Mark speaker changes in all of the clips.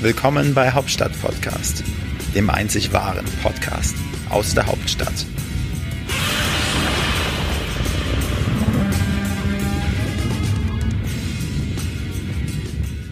Speaker 1: Willkommen bei Hauptstadt Podcast, dem einzig wahren Podcast aus der Hauptstadt.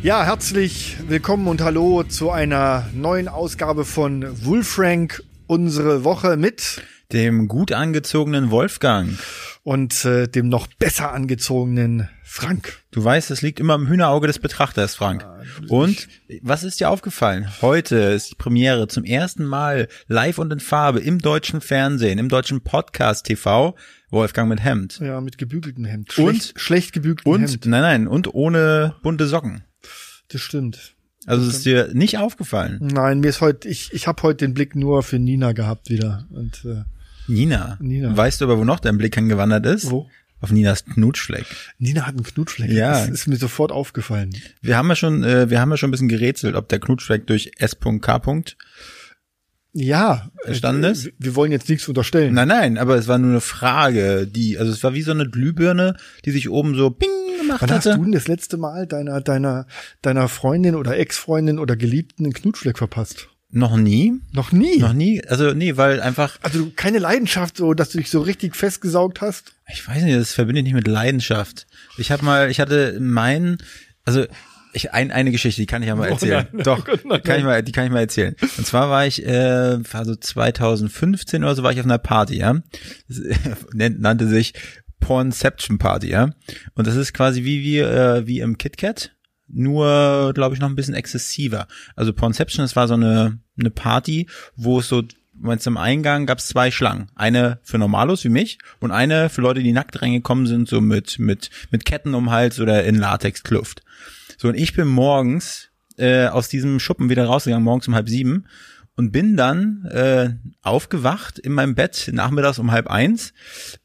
Speaker 2: Ja, herzlich willkommen und hallo zu einer neuen Ausgabe von Wolfrank, unsere Woche mit
Speaker 3: Dem gut angezogenen Wolfgang.
Speaker 2: und äh, dem noch besser angezogenen Frank.
Speaker 3: Du weißt, es liegt immer im Hühnerauge des Betrachters, Frank. Und was ist dir aufgefallen? Heute ist die Premiere zum ersten Mal live und in Farbe im deutschen Fernsehen, im deutschen Podcast TV, Wolfgang mit Hemd.
Speaker 2: Ja, mit gebügeltem Hemd.
Speaker 3: Und-
Speaker 2: schlecht, schlecht gebügeltem
Speaker 3: Und,
Speaker 2: Hemd.
Speaker 3: nein, nein, und ohne bunte Socken.
Speaker 2: Das stimmt.
Speaker 3: Also es ist dir nicht aufgefallen.
Speaker 2: Nein, mir ist heute ich ich habe heute den Blick nur für Nina gehabt wieder und äh,
Speaker 3: Nina.
Speaker 2: Nina.
Speaker 3: Weißt du aber, wo noch dein Blick hingewandert ist?
Speaker 2: Wo?
Speaker 3: Auf Ninas Knutschfleck.
Speaker 2: Nina hat einen Knutschfleck.
Speaker 3: Ja.
Speaker 2: Das ist mir sofort aufgefallen.
Speaker 3: Wir haben ja schon, äh, wir haben ja schon ein bisschen gerätselt, ob der Knutschfleck durch S.K.
Speaker 2: Ja, äh,
Speaker 3: Verstanden ist?
Speaker 2: wir- Wir wollen jetzt nichts unterstellen.
Speaker 3: Nein, nein, aber es war nur eine Frage, die, also es war wie so eine Glühbirne, die sich oben so ping gemacht
Speaker 2: Wann hast du
Speaker 3: hatte.
Speaker 2: denn das letzte Mal deiner deiner deiner Freundin oder Ex-Freundin oder Geliebten einen Knutschfleck verpasst?
Speaker 3: Noch nie?
Speaker 2: Noch nie.
Speaker 3: Noch nie? Also nee, weil einfach,
Speaker 2: also du- keine Leidenschaft, so dass du dich so richtig festgesaugt hast.
Speaker 3: ich weiß nicht, das verbinde ich nicht mit Leidenschaft. Ich habe mal, ich hatte meinen, also ich, ein, eine Geschichte, die kann ich ja
Speaker 2: Oh
Speaker 3: mal erzählen. Doch, die kann ich mal, die kann ich mal erzählen. Und zwar war ich, äh, war so 2015 oder so, war ich auf einer Party, ja. Das, äh, nennt- nannte sich Pornception Party, ja. Und das ist quasi wie, wie, äh, wie im KitKat, nur, glaube ich, noch ein bisschen exzessiver. Also Pornception, das war so eine, eine Party, wo es so, meinst du, im Eingang gab es zwei Schlangen. Eine für Normalos wie mich und eine für Leute, die nackt reingekommen sind, so mit, mit, mit Ketten um den Hals oder in Latex-Kluft. So, und ich bin morgens äh, aus diesem Schuppen wieder rausgegangen, morgens um halb sieben und bin dann äh, aufgewacht in meinem Bett nachmittags um halb eins,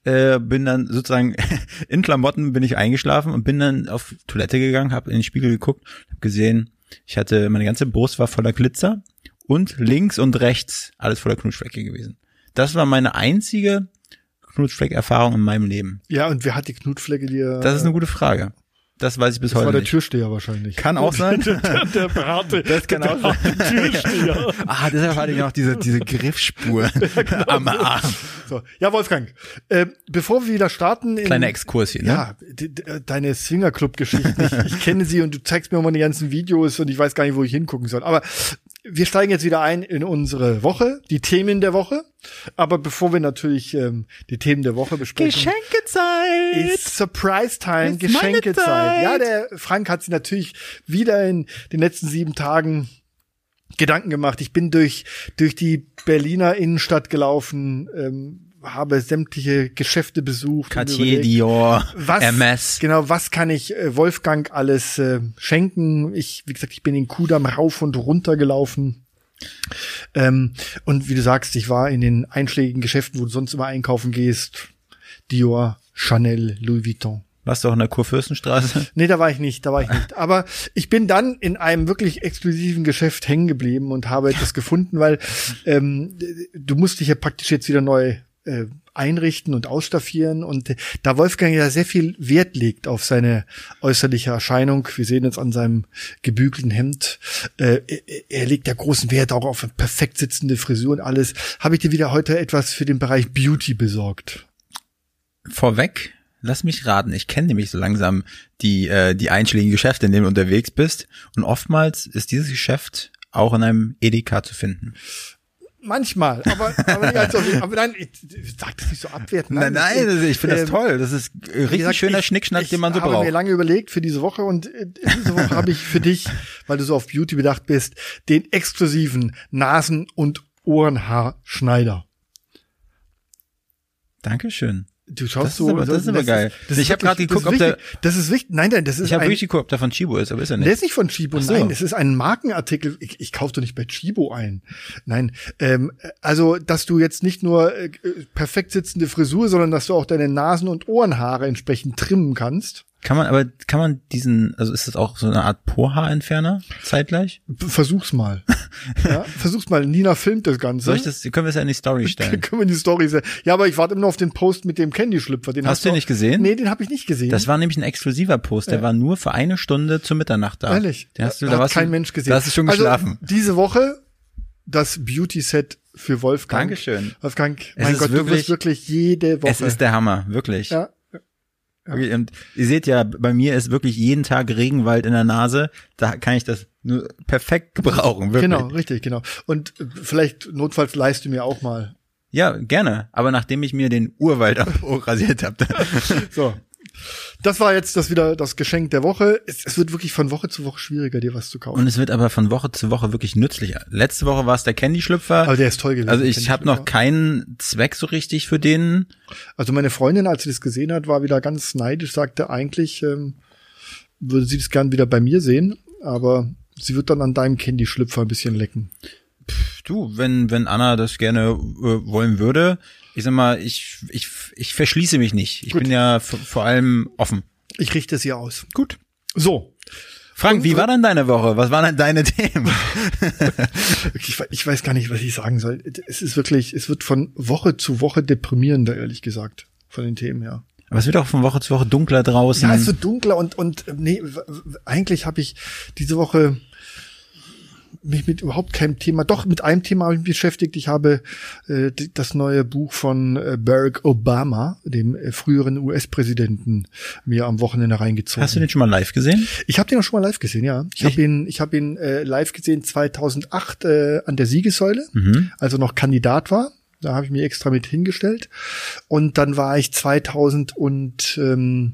Speaker 3: äh, bin dann sozusagen in Klamotten bin ich eingeschlafen und bin dann auf Toilette gegangen, habe in den Spiegel geguckt, habe gesehen, ich hatte meine ganze Brust war voller Glitzer und links und rechts alles voller Knutschflecke gewesen. Das war meine einzige Knutschfleck-Erfahrung in meinem Leben.
Speaker 2: Ja, und wer hat die Knutschflecke dir?
Speaker 3: Das ist eine gute Frage. Das weiß ich bis
Speaker 2: Das war
Speaker 3: heute
Speaker 2: der
Speaker 3: nicht.
Speaker 2: Türsteher wahrscheinlich.
Speaker 3: Kann auch sein.
Speaker 4: Der Brate.
Speaker 3: Das kann
Speaker 2: Genau
Speaker 3: auch sein.
Speaker 4: Türsteher.
Speaker 3: Ah, deshalb hatte ich noch diese, diese Griffspur am Arm.
Speaker 2: genau So. Ja, Wolfgang, äh, bevor wir wieder starten. In,
Speaker 3: Kleiner Exkurs hier, ne?
Speaker 2: Ja, de- de- deine Swingerclub-Geschichten. ich, ich kenne sie und du zeigst mir immer die ganzen Videos und ich weiß gar nicht, wo ich hingucken soll. Aber wir steigen jetzt wieder ein in unsere Woche, die Themen der Woche. Aber bevor wir natürlich ähm, die Themen der Woche besprechen.
Speaker 3: Geschenkezeit!
Speaker 2: ist Surprise Time,
Speaker 3: Ist meine
Speaker 2: Geschenkezeit.
Speaker 3: Zeit.
Speaker 2: Ja, der Frank hat sich natürlich wieder in den letzten sieben Tagen Gedanken gemacht. Ich bin durch, durch die Berliner Innenstadt gelaufen, ähm, habe sämtliche Geschäfte besucht. um und
Speaker 3: Cartier,
Speaker 2: überlegt,
Speaker 3: Dior,
Speaker 2: was,
Speaker 3: MS.
Speaker 2: Genau, was kann ich äh, Wolfgang alles äh, schenken? Ich, wie gesagt, ich bin in Kudamm rauf und runter gelaufen. Ähm, und wie du sagst, ich war in den einschlägigen Geschäften, wo du sonst immer einkaufen gehst. Dior, Chanel, Louis Vuitton.
Speaker 3: Warst du auch in der Kurfürstenstraße?
Speaker 2: Nee, da war ich nicht, da war ich nicht. Aber ich bin dann in einem wirklich exklusiven Geschäft hängen geblieben und habe etwas gefunden, weil ähm, du musst dich ja praktisch jetzt wieder neu äh, einrichten und ausstaffieren. Und da Wolfgang ja sehr viel Wert legt auf seine äußerliche Erscheinung, wir sehen uns an seinem gebügelten Hemd, äh, er- er legt ja großen Wert auch auf eine perfekt sitzende Frisur und alles, habe ich dir wieder heute etwas für den Bereich Beauty besorgt.
Speaker 3: Vorweg, lass mich raten, ich kenne nämlich so langsam die, äh, die einschlägigen Geschäfte, in denen du unterwegs bist. Und oftmals ist dieses Geschäft auch in einem Edeka zu finden.
Speaker 2: Manchmal, aber, aber, nicht allzu oft. aber nein, ich, ich sag das nicht so abwertend. das ist- ähm,
Speaker 3: toll. also Das ist ein
Speaker 2: wie
Speaker 3: richtig
Speaker 2: gesagt,
Speaker 3: schöner
Speaker 2: ich-
Speaker 3: Schnickschnack, den man so
Speaker 2: Ich habe mir
Speaker 3: braucht.
Speaker 2: lange überlegt für diese Woche und äh, diese Woche habe ich für dich, weil du so auf Beauty bedacht bist, den exklusiven Nasen- und Ohrenhaarschneider.
Speaker 3: Dankeschön.
Speaker 2: Du schaust
Speaker 3: Das ist
Speaker 2: so.
Speaker 3: aber- das ist aber geil. Ich habe
Speaker 2: wirklich-
Speaker 3: gerade geguckt,
Speaker 2: das ist
Speaker 3: ob der-
Speaker 2: wichtig. Das ist wichtig. Nein, nein, das ist
Speaker 3: Ich habe
Speaker 2: ein,
Speaker 3: wirklich geguckt, ob der von Chibo ist, aber ist er
Speaker 2: Der
Speaker 3: nicht.
Speaker 2: ist nicht von Chibo,
Speaker 3: Ach so.
Speaker 2: nein, es ist ein Markenartikel. Ich, ich kaufe doch nicht bei Chibo ein. Nein, ähm, also dass du jetzt nicht nur äh, äh, perfekt sitzende Frisur, sondern dass du auch deine Nasen- und Ohrenhaare entsprechend trimmen kannst.
Speaker 3: Kann man, aber kann man diesen, also ist das auch so eine Art Porhaarentferner zeitgleich?
Speaker 2: B- Versuch's mal. Ja, versuch's mal. Nina filmt das Ganze.
Speaker 3: Soll ich das, können wir es ja in die Story stellen?
Speaker 2: Können wir die Story sehen. Ja, aber ich warte immer noch auf den Post mit dem Candy-Schlüpfer. Den
Speaker 3: Hast du den
Speaker 2: auch-
Speaker 3: nicht gesehen?
Speaker 2: genau Nee, den habe ich nicht gesehen.
Speaker 3: Das war nämlich ein exklusiver Post, der war nur für eine Stunde zur Mitternacht da.
Speaker 2: Ehrlich.
Speaker 3: Den hast du,
Speaker 2: Hat
Speaker 3: da warst
Speaker 2: kein
Speaker 3: du,
Speaker 2: Mensch gesehen.
Speaker 3: Da hast du schon geschlafen.
Speaker 2: Also, diese Woche das Beauty-Set für Wolfgang.
Speaker 3: Dankeschön.
Speaker 2: Wolfgang,
Speaker 3: Es
Speaker 2: mein
Speaker 3: ist
Speaker 2: Gott, du wirst
Speaker 3: wirklich-
Speaker 2: wirklich jede Woche.
Speaker 3: es ist der Hammer, wirklich.
Speaker 2: ja.
Speaker 3: Wirklich, Und ihr seht ja, bei mir ist wirklich jeden Tag Regenwald in der Nase. Da kann ich das nur perfekt gebrauchen, wirklich.
Speaker 2: Genau, richtig, genau. Und äh, vielleicht notfalls leihst du mir auch mal.
Speaker 3: Ja, gerne. Aber nachdem ich mir den Urwald am Ohr rasiert habe,
Speaker 2: So. Das war jetzt das wieder das Geschenk der Woche. Es, es wird wirklich von Woche zu Woche schwieriger, dir was zu kaufen.
Speaker 3: Und es wird aber von Woche zu Woche wirklich nützlicher. Letzte Woche war es der Candy-Schlüpfer.
Speaker 2: Aber der ist toll gewesen.
Speaker 3: also
Speaker 2: Candy
Speaker 3: ich habe
Speaker 2: Schlüpfer.
Speaker 3: noch keinen Zweck so richtig für den.
Speaker 2: Also meine Freundin, als sie das gesehen hat, war wieder ganz neidisch, sagte eigentlich, ähm, würde sie das gern wieder bei mir sehen, aber sie wird dann an deinem Candy-Schlüpfer ein bisschen lecken.
Speaker 3: Du, wenn, wenn Anna das gerne äh, wollen würde, ich sag mal, ich, ich, ich verschließe mich nicht. Ich
Speaker 2: Gut.
Speaker 3: bin ja v- vor allem offen.
Speaker 2: Ich richte es ihr aus.
Speaker 3: Gut.
Speaker 2: So.
Speaker 3: Frank, wie war denn deine Woche? Was waren denn deine Themen?
Speaker 2: Ich, we- ich weiß gar nicht, was ich sagen soll. Es ist wirklich, es wird von Woche zu Woche deprimierender, ehrlich gesagt, von den Themen her.
Speaker 3: Aber es wird auch von Woche zu Woche dunkler draußen.
Speaker 2: Ja, also es wird dunkler und und äh, nee, w- w- eigentlich habe ich diese Woche mich mit überhaupt keinem Thema, doch mit einem Thema habe ich mich beschäftigt. Ich habe äh, d- das neue Buch von äh, Barack Obama, dem äh, früheren US-Präsidenten, mir am Wochenende reingezogen.
Speaker 3: Hast du den schon mal live gesehen?
Speaker 2: Ich habe den auch schon mal live gesehen, ja. Ich habe
Speaker 3: Echt?
Speaker 2: ihn, ich habe ihn äh, live gesehen 2008 äh, an der Siegessäule, als er noch Kandidat war. Da habe ich mich extra mit hingestellt. Und dann war ich 2000 und ähm,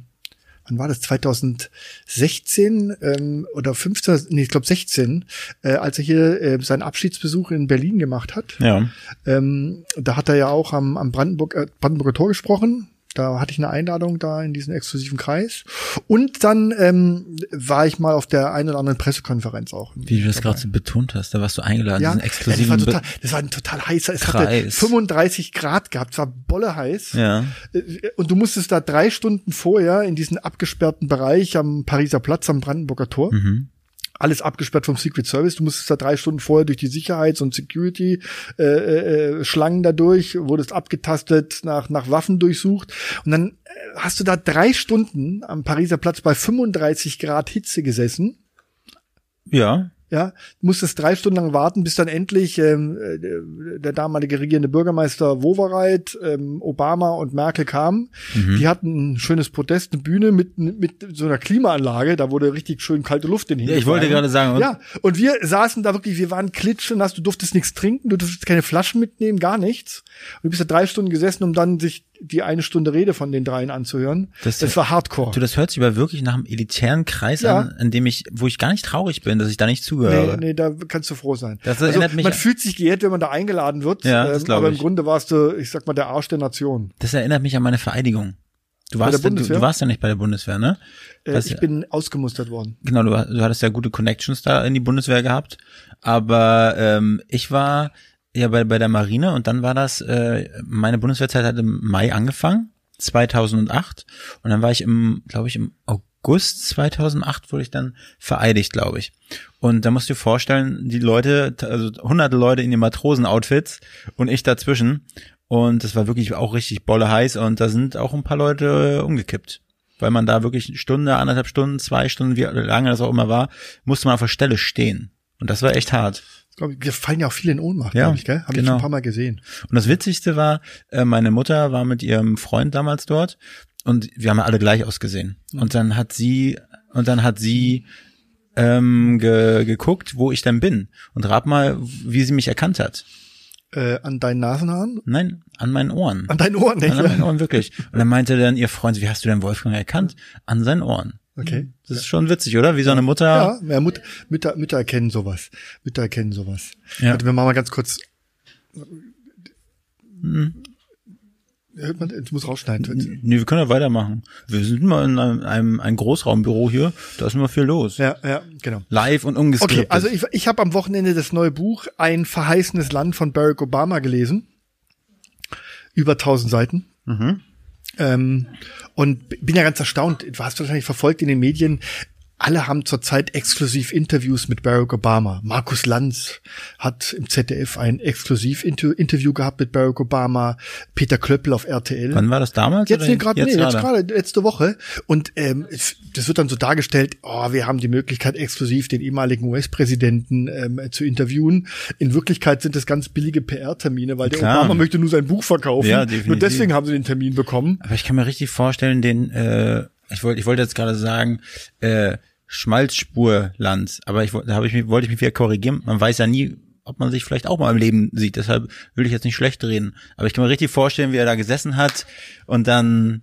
Speaker 2: wann war das? 2016 ähm, oder 15? Nee, ich glaube 16, äh, als er hier äh, seinen Abschiedsbesuch in Berlin gemacht hat.
Speaker 3: Ja.
Speaker 2: Ähm, da hat er ja auch am, am Brandenburg, äh, Brandenburger Tor gesprochen. Da hatte ich eine Einladung da in diesen exklusiven Kreis. Und dann ähm, war ich mal auf der einen oder anderen Pressekonferenz auch.
Speaker 3: Wie du das gerade so betont hast, da warst du eingeladen,
Speaker 2: ja,
Speaker 3: diesen
Speaker 2: das,
Speaker 3: exklusiven
Speaker 2: war
Speaker 3: Be-
Speaker 2: total, das war ein total heißer, es hatte
Speaker 3: Kreis.
Speaker 2: 35 Grad gehabt, es war bolle heiß.
Speaker 3: Ja.
Speaker 2: Äh, Und du musstest da drei Stunden vorher in diesen abgesperrten Bereich am Pariser Platz, am Brandenburger Tor, alles abgesperrt vom Secret Service. Du musstest da drei Stunden vorher durch die Sicherheits- und äh, Security-Schlangen dadurch, wurdest abgetastet, nach, nach Waffen durchsucht. Und dann äh, hast du da drei Stunden am Pariser Platz bei 35 Grad Hitze gesessen.
Speaker 3: Ja.
Speaker 2: Ja, musstest drei Stunden lang warten, bis dann endlich ähm, äh, der damalige regierende Bürgermeister Wowereit, ähm, Obama und Merkel kamen.
Speaker 3: Mhm.
Speaker 2: Die hatten ein schönes Protest, eine Bühne mit, mit so einer Klimaanlage. Da wurde richtig schön kalte Luft in den
Speaker 3: Ja, ich wollte gerade
Speaker 2: hingefahren.
Speaker 3: sagen, und-
Speaker 2: Ja, und wir saßen da wirklich, wir waren klitschenass, du durftest nichts trinken, du durftest keine Flaschen mitnehmen, gar nichts. Und du bist da drei Stunden gesessen, um dann sich die eine Stunde Rede von den dreien anzuhören. Das,
Speaker 3: Das-
Speaker 2: war hardcore.
Speaker 3: Du, das hört sich aber wirklich nach einem elitären Kreis
Speaker 2: Ja.
Speaker 3: an, in dem ich, wo ich gar nicht traurig bin, dass ich da nicht zugehöre.
Speaker 2: Nee, nee, da kannst du froh sein. Also
Speaker 3: Das erinnert mich
Speaker 2: man
Speaker 3: an-
Speaker 2: fühlt sich geehrt, wenn man da eingeladen wird. Ähm,
Speaker 3: Ja, das glaub
Speaker 2: aber im
Speaker 3: ich.
Speaker 2: Grunde warst du, ich sag mal, der Arsch der Nation.
Speaker 3: Das erinnert mich an meine Vereidigung. Du
Speaker 2: der
Speaker 3: warst, du,
Speaker 2: Bundeswehr?
Speaker 3: du warst ja nicht bei der Bundeswehr, ne?
Speaker 2: Äh,
Speaker 3: Was-
Speaker 2: ich bin ausgemustert worden.
Speaker 3: genau, du, du hattest ja gute Connections da in die Bundeswehr gehabt. Aber ähm, ich war ja bei, bei der Marine und dann war das, äh, meine Bundeswehrzeit hat im Mai angefangen, 2008. Und dann war ich im, glaube ich, im August 2008 wurde ich dann vereidigt, glaube ich. Und da musst du dir vorstellen, die Leute, also hunderte Leute in den Matrosen-Outfits und ich dazwischen. Und das war wirklich auch richtig bolle heiß und da sind auch ein paar Leute umgekippt weil man da wirklich eine Stunde, anderthalb Stunden, zwei Stunden, wie lange das auch immer war, musste man auf der Stelle stehen. Und das war echt hart.
Speaker 2: Ich glaub, wir fallen ja auch viele in Ohnmacht,
Speaker 3: Ja,
Speaker 2: glaube ich, gell? Hab ich
Speaker 3: genau.
Speaker 2: schon ein paar Mal gesehen.
Speaker 3: Und das Witzigste war, äh, meine Mutter war mit ihrem Freund damals dort und wir haben ja alle gleich ausgesehen. Und dann hat sie, und dann hat sie ähm, ge, geguckt, wo ich denn bin. Und rat mal, wie sie mich erkannt hat.
Speaker 2: Äh, an deinen Nasenhaaren?
Speaker 3: Nein, an meinen Ohren.
Speaker 2: An deinen Ohren, nicht?
Speaker 3: An meinen Ohren, wirklich. Und dann meinte dann ihr Freund, wie hast du denn Wolfgang erkannt? An seinen Ohren.
Speaker 2: Okay.
Speaker 3: Das ist schon witzig, oder? Wie so eine Mutter.
Speaker 2: Ja, ja Mut, Mütter, Mütter erkennen sowas. Mütter erkennen sowas.
Speaker 3: Ja.
Speaker 2: Warte, wir machen mal ganz kurz.
Speaker 3: Hm.
Speaker 2: Hört man, du musst rausschneiden.
Speaker 3: Nee, wir können ja weitermachen. Wir sind mal in einem, einem ein Großraumbüro hier, da ist immer viel los.
Speaker 2: Ja, ja, genau.
Speaker 3: Live und
Speaker 2: Okay,
Speaker 3: ungeskriptet.
Speaker 2: also ich, ich habe am Wochenende das neue Buch Ein verheißenes Land von Barack Obama gelesen. Über 1000 Seiten. Ähm, und b- bin ja ganz erstaunt. Du hast wahrscheinlich verfolgt in den Medien. alle haben zurzeit exklusiv Interviews mit Barack Obama. Markus Lanz hat im ZDF ein exklusiv Interview gehabt mit Barack Obama, Peter Klöppel auf RTL.
Speaker 3: Wann war das damals?
Speaker 2: Jetzt
Speaker 3: oder
Speaker 2: nee, gerade nee, jetzt
Speaker 3: gerade?
Speaker 2: gerade letzte Woche und ähm, es- das wird dann so dargestellt, oh, wir haben die Möglichkeit exklusiv den ehemaligen US-Präsidenten ähm, zu interviewen. In Wirklichkeit sind das ganz billige PR-Termine, weil der
Speaker 3: Klar.
Speaker 2: Obama möchte nur sein Buch verkaufen.
Speaker 3: Ja,
Speaker 2: nur
Speaker 3: definitiv.
Speaker 2: deswegen haben sie den Termin bekommen.
Speaker 3: Aber ich kann mir richtig vorstellen, den, äh, ich wollte ich wollte jetzt gerade sagen, äh, Schmalzspurlanz, aber ich, woll- da habe ich mich, wollte ich mich wieder korrigieren. Man weiß ja nie, ob man sich vielleicht auch mal im Leben sieht, deshalb will ich jetzt nicht schlecht reden. Aber ich kann mir richtig vorstellen, wie er da gesessen hat und dann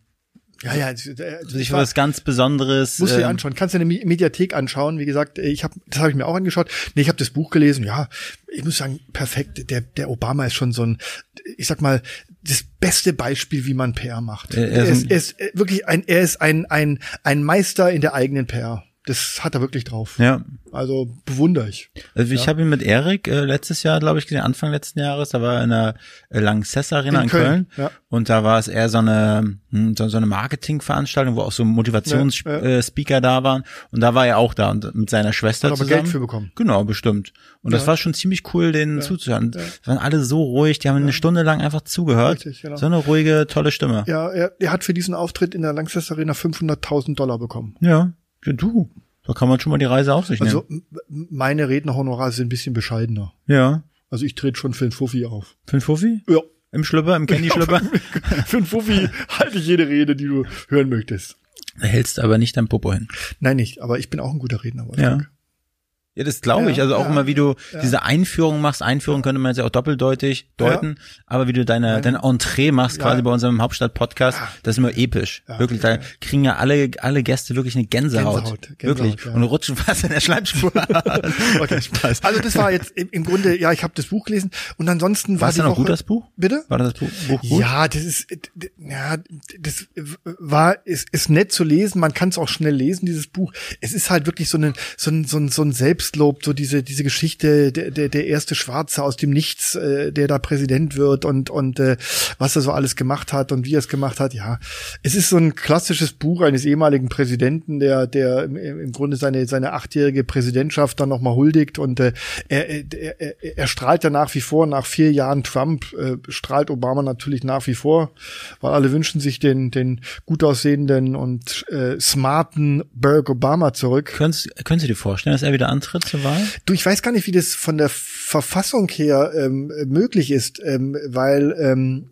Speaker 2: Ja, ja, das, äh,
Speaker 3: sich
Speaker 2: war-
Speaker 3: was ganz Besonderes.
Speaker 2: Musst du dir
Speaker 3: ähm,
Speaker 2: anschauen. Kannst du in der Mi- Mediathek anschauen. Wie gesagt, äh, ich habe, das habe ich mir auch angeschaut. Nee, ich habe das Buch gelesen. Ja, ich muss sagen, perfekt. Der, der Obama ist schon so ein, ich sag mal, das beste Beispiel, wie man PR macht.
Speaker 3: Er-
Speaker 2: Er,
Speaker 3: er ist
Speaker 2: ist,
Speaker 3: ein-
Speaker 2: er ist äh, wirklich ein, er ist ein, ein, ein Meister in der eigenen PR. Das hat er wirklich drauf.
Speaker 3: ja,
Speaker 2: Also bewundere ich.
Speaker 3: also ich habe ihn mit Erik äh, letztes Jahr, glaube ich, gesehen, Anfang letzten Jahres, da war er in der äh, Lanxess Arena in,
Speaker 2: In
Speaker 3: Köln,
Speaker 2: Köln, ja.
Speaker 3: und da war es eher so eine hm, so, so eine Marketingveranstaltung, wo auch so
Speaker 2: Ja, ja.
Speaker 3: Motivationsspeaker äh, Speaker da waren und da war er auch da und mit seiner Schwester
Speaker 2: Hat aber
Speaker 3: zusammen.
Speaker 2: Geld für bekommen.
Speaker 3: Genau, bestimmt. Und das
Speaker 2: Ja.
Speaker 3: war schon ziemlich cool, denen zuzuhören. Die waren alle so ruhig, die haben eine Stunde lang einfach zugehört.
Speaker 2: Richtig, genau.
Speaker 3: So eine ruhige, tolle Stimme.
Speaker 2: Ja, er, er hat für diesen Auftritt in der Lanxess Arena 500.000 Dollar bekommen.
Speaker 3: Ja. ja, du, da kann man schon mal die Reise auf sich
Speaker 2: Also m- m- meine Rednerhonorare sind ein bisschen bescheidener.
Speaker 3: nehmen. Ja.
Speaker 2: Also ich trete schon für den Fuffi auf.
Speaker 3: Für den Fuffi?
Speaker 2: Ja.
Speaker 3: Im Schlüpper, im Candy-Schlüpper?
Speaker 2: Für einen Fuffi halte ich jede Rede, die du hören möchtest.
Speaker 3: Da hältst du aber nicht dein Popo hin.
Speaker 2: Nein, nicht, aber ich bin auch ein guter Redner.
Speaker 3: Ja.
Speaker 2: Wolfgang.
Speaker 3: Ja, das glaube ich.
Speaker 2: Ja,
Speaker 3: Also auch
Speaker 2: ja,
Speaker 3: immer, wie du diese Einführung machst. Einführung könnte man jetzt ja auch doppeldeutig deuten. Aber wie du deine, deine Entree machst, quasi bei unserem Hauptstadt-Podcast, das ist immer episch. wirklich, da kriegen ja alle, alle Gäste wirklich eine Gänsehaut.
Speaker 2: Gänsehaut, Gänsehaut,
Speaker 3: wirklich.
Speaker 2: ja.
Speaker 3: Und rutschen fast in der Schleimspur.
Speaker 2: Okay. Also das war jetzt im, im Grunde, ja, ich habe das Buch gelesen und ansonsten war
Speaker 3: War es
Speaker 2: die
Speaker 3: denn noch
Speaker 2: Woche,
Speaker 3: gut, das Buch?
Speaker 2: Bitte?
Speaker 3: War das Buch Buch gut?
Speaker 2: Ja, das ist, äh, d- ja, das war, ist, ist nett zu lesen. Man kann es auch schnell lesen, dieses Buch. Es ist halt wirklich so ein, so ein, so ein, so ein Selbstlob, so diese, diese Geschichte, der, der, der erste Schwarze aus dem Nichts, äh, der da Präsident wird und, und, äh, was er so alles gemacht hat und wie er es gemacht hat. Ja, es ist so ein klassisches Buch eines ehemaligen Präsidenten, der, der im, im Grunde seine, seine achtjährige Präsidentschaft dann nochmal huldigt und, äh, er, er, er, er strahlt ja nach wie vor, nach vier Jahren Trump, äh, strahlt Obama natürlich nach wie vor, weil alle wünschen sich den, den gut aussehenden und äh, smarten Barack Obama zurück.
Speaker 3: Könntest, könntest du dir vorstellen, dass er wieder antritt zur Wahl?
Speaker 2: Du, ich weiß gar nicht, wie das von der Verfassung her ähm, möglich ist, ähm, weil ähm,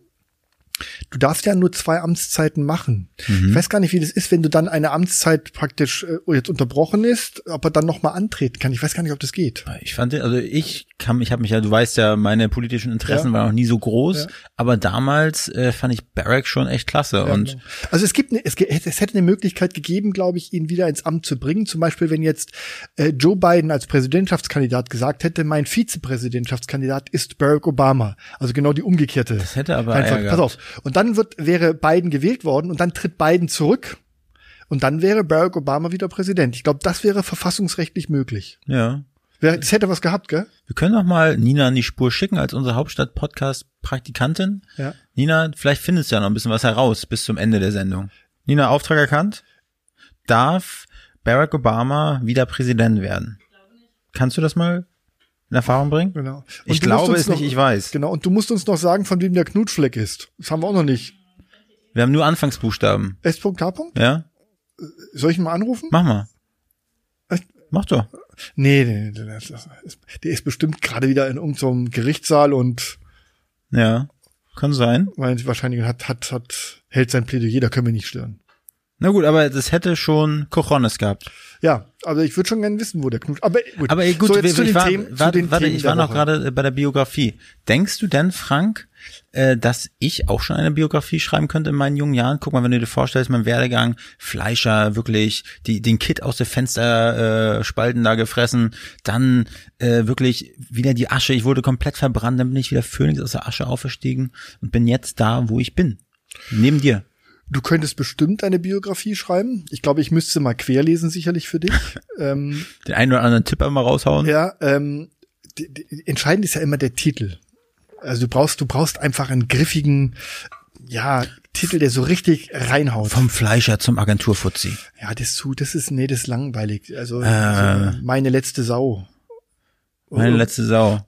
Speaker 2: du darfst ja nur zwei Amtszeiten machen. Ich weiß gar nicht, wie das ist, wenn du dann eine Amtszeit praktisch äh, jetzt unterbrochen ist, ob er dann nochmal antreten kann. Ich weiß gar nicht, ob das geht.
Speaker 3: Ich fand, den- also ich kann, ich habe mich ja, du weißt ja, meine politischen Interessen
Speaker 2: Ja.
Speaker 3: waren noch nie so groß,
Speaker 2: Ja.
Speaker 3: aber damals äh, fand ich Barack schon echt klasse und
Speaker 2: Genau. Also es gibt eine, es, ge- es hätte eine Möglichkeit gegeben, glaube ich, ihn wieder ins Amt zu bringen. Zum Beispiel, wenn jetzt äh, Joe Biden als Präsidentschaftskandidat gesagt hätte, mein Vizepräsidentschaftskandidat ist Barack Obama. Also genau die umgekehrte. Das
Speaker 3: hätte aber Ärger
Speaker 2: pass auf. Und dann wird wäre Biden gewählt worden und dann tritt Biden zurück. Und dann wäre Barack Obama wieder Präsident. Ich glaube, das wäre verfassungsrechtlich möglich.
Speaker 3: ja.
Speaker 2: Wäre- Das hätte was gehabt, gell?
Speaker 3: Wir können doch mal Nina an die Spur schicken als unsere Hauptstadt-Podcast-Praktikantin.
Speaker 2: Ja.
Speaker 3: Nina, vielleicht findest du ja noch ein bisschen was heraus bis zum Ende der Sendung. Nina, Auftrag erkannt. Darf Barack Obama wieder Präsident werden? Kannst du das mal in Erfahrung bringen?
Speaker 2: Genau. Und
Speaker 3: Ich
Speaker 2: du musst
Speaker 3: glaube
Speaker 2: uns
Speaker 3: es nicht, ich weiß.
Speaker 2: Genau. Und du musst uns noch sagen, von wem der Knutfleck ist. Das haben wir auch noch nicht.
Speaker 3: Wir haben nur Anfangsbuchstaben.
Speaker 2: S.K.
Speaker 3: Ja?
Speaker 2: Soll ich ihn mal anrufen?
Speaker 3: Mach mal.
Speaker 2: Echt?
Speaker 3: Mach doch.
Speaker 2: Nee, nee, nee, das, das, das, der ist bestimmt gerade wieder in irgendeinem Gerichtssaal und
Speaker 3: Ja. Kann sein.
Speaker 2: meint, wahrscheinlich hat, hat, hat, hält sein Plädoyer, da können wir nicht stören.
Speaker 3: Na gut, aber das hätte schon Cochones gehabt.
Speaker 2: Ja, also ich würde schon gerne wissen, wo der Knut. Aber gut,
Speaker 3: Aber gut,
Speaker 2: so
Speaker 3: wir-
Speaker 2: jetzt zu
Speaker 3: ich
Speaker 2: den
Speaker 3: war,
Speaker 2: Themen, zu
Speaker 3: warte,
Speaker 2: den
Speaker 3: warte,
Speaker 2: Themen
Speaker 3: ich war
Speaker 2: der
Speaker 3: noch
Speaker 2: Woche.
Speaker 3: gerade äh, bei der Biografie. Denkst du denn, Frank, äh, dass ich auch schon eine Biografie schreiben könnte in meinen jungen Jahren? Guck mal, wenn du dir vorstellst, mein Werdegang, Fleischer, wirklich, die, den Kit aus der Fensterspalten äh, Spalten da gefressen, dann äh, wirklich wieder die Asche, ich wurde komplett verbrannt, dann bin ich wieder Phönix aus der Asche auferstiegen und bin jetzt da, wo ich bin. Neben dir.
Speaker 2: Du könntest bestimmt eine Biografie schreiben. Ich glaube, ich müsste mal querlesen, sicherlich für dich. ähm,
Speaker 3: Den einen oder anderen Tipp einmal raushauen.
Speaker 2: ja, ähm, die, die, entscheidend ist ja immer der Titel. Also du brauchst, du brauchst einfach einen griffigen, ja, Titel, der so richtig reinhaut.
Speaker 3: Vom Fleischer zum Agenturfuzzi.
Speaker 2: Ja, das zu, das ist, nee, das ist langweilig. Also,
Speaker 3: Äh.
Speaker 2: also meine letzte Sau. Oh.
Speaker 3: Meine letzte Sau.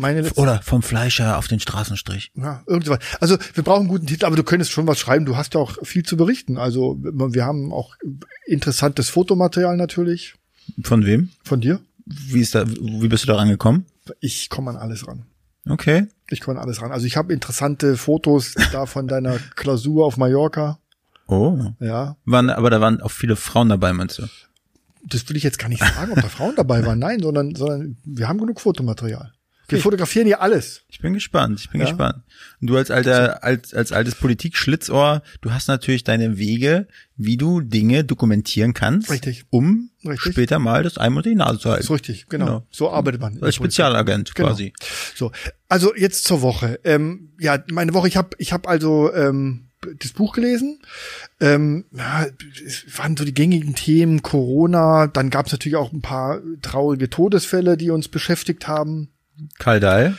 Speaker 2: Meine letzte
Speaker 3: Oder vom Fleischer auf den Straßenstrich.
Speaker 2: Ja, irgendwas. Also wir brauchen einen guten Titel, aber du könntest schon was schreiben. Du hast ja auch viel zu berichten. Also wir haben auch interessantes Fotomaterial natürlich
Speaker 3: Von wem?
Speaker 2: von dir.
Speaker 3: Wie ist da, wie bist du da rangekommen?
Speaker 2: Ich komme an alles ran.
Speaker 3: Okay.
Speaker 2: Ich komme an alles ran. Also ich habe interessante Fotos da von deiner Klausur auf Mallorca.
Speaker 3: Oh.
Speaker 2: Ja,
Speaker 3: Waren, aber da waren auch viele Frauen dabei, meinst du?
Speaker 2: das will ich jetzt gar nicht sagen, ob da Frauen dabei waren. Nein, sondern, sondern wir haben genug Fotomaterial. Wir
Speaker 3: Okay.
Speaker 2: fotografieren hier alles.
Speaker 3: Ich bin gespannt, ich bin
Speaker 2: Ja.
Speaker 3: gespannt. Und du als alter, als, als altes Politik-Schlitzohr, du hast natürlich deine Wege, wie du Dinge dokumentieren kannst,
Speaker 2: Richtig.
Speaker 3: um
Speaker 2: Richtig.
Speaker 3: später mal das einmal unter die Nase zu halten.
Speaker 2: ist richtig, genau.
Speaker 3: Genau.
Speaker 2: So arbeitet man. in der
Speaker 3: Als
Speaker 2: Politik.
Speaker 3: Spezialagent
Speaker 2: Genau.
Speaker 3: quasi.
Speaker 2: So, also jetzt zur Woche. Ähm, ja, meine Woche, ich habe ich hab also ähm, das Buch gelesen. Ähm, ja, es waren so die gängigen Themen, Corona, dann gab es natürlich auch ein paar traurige Todesfälle, die uns beschäftigt haben.
Speaker 3: Karl Dahl.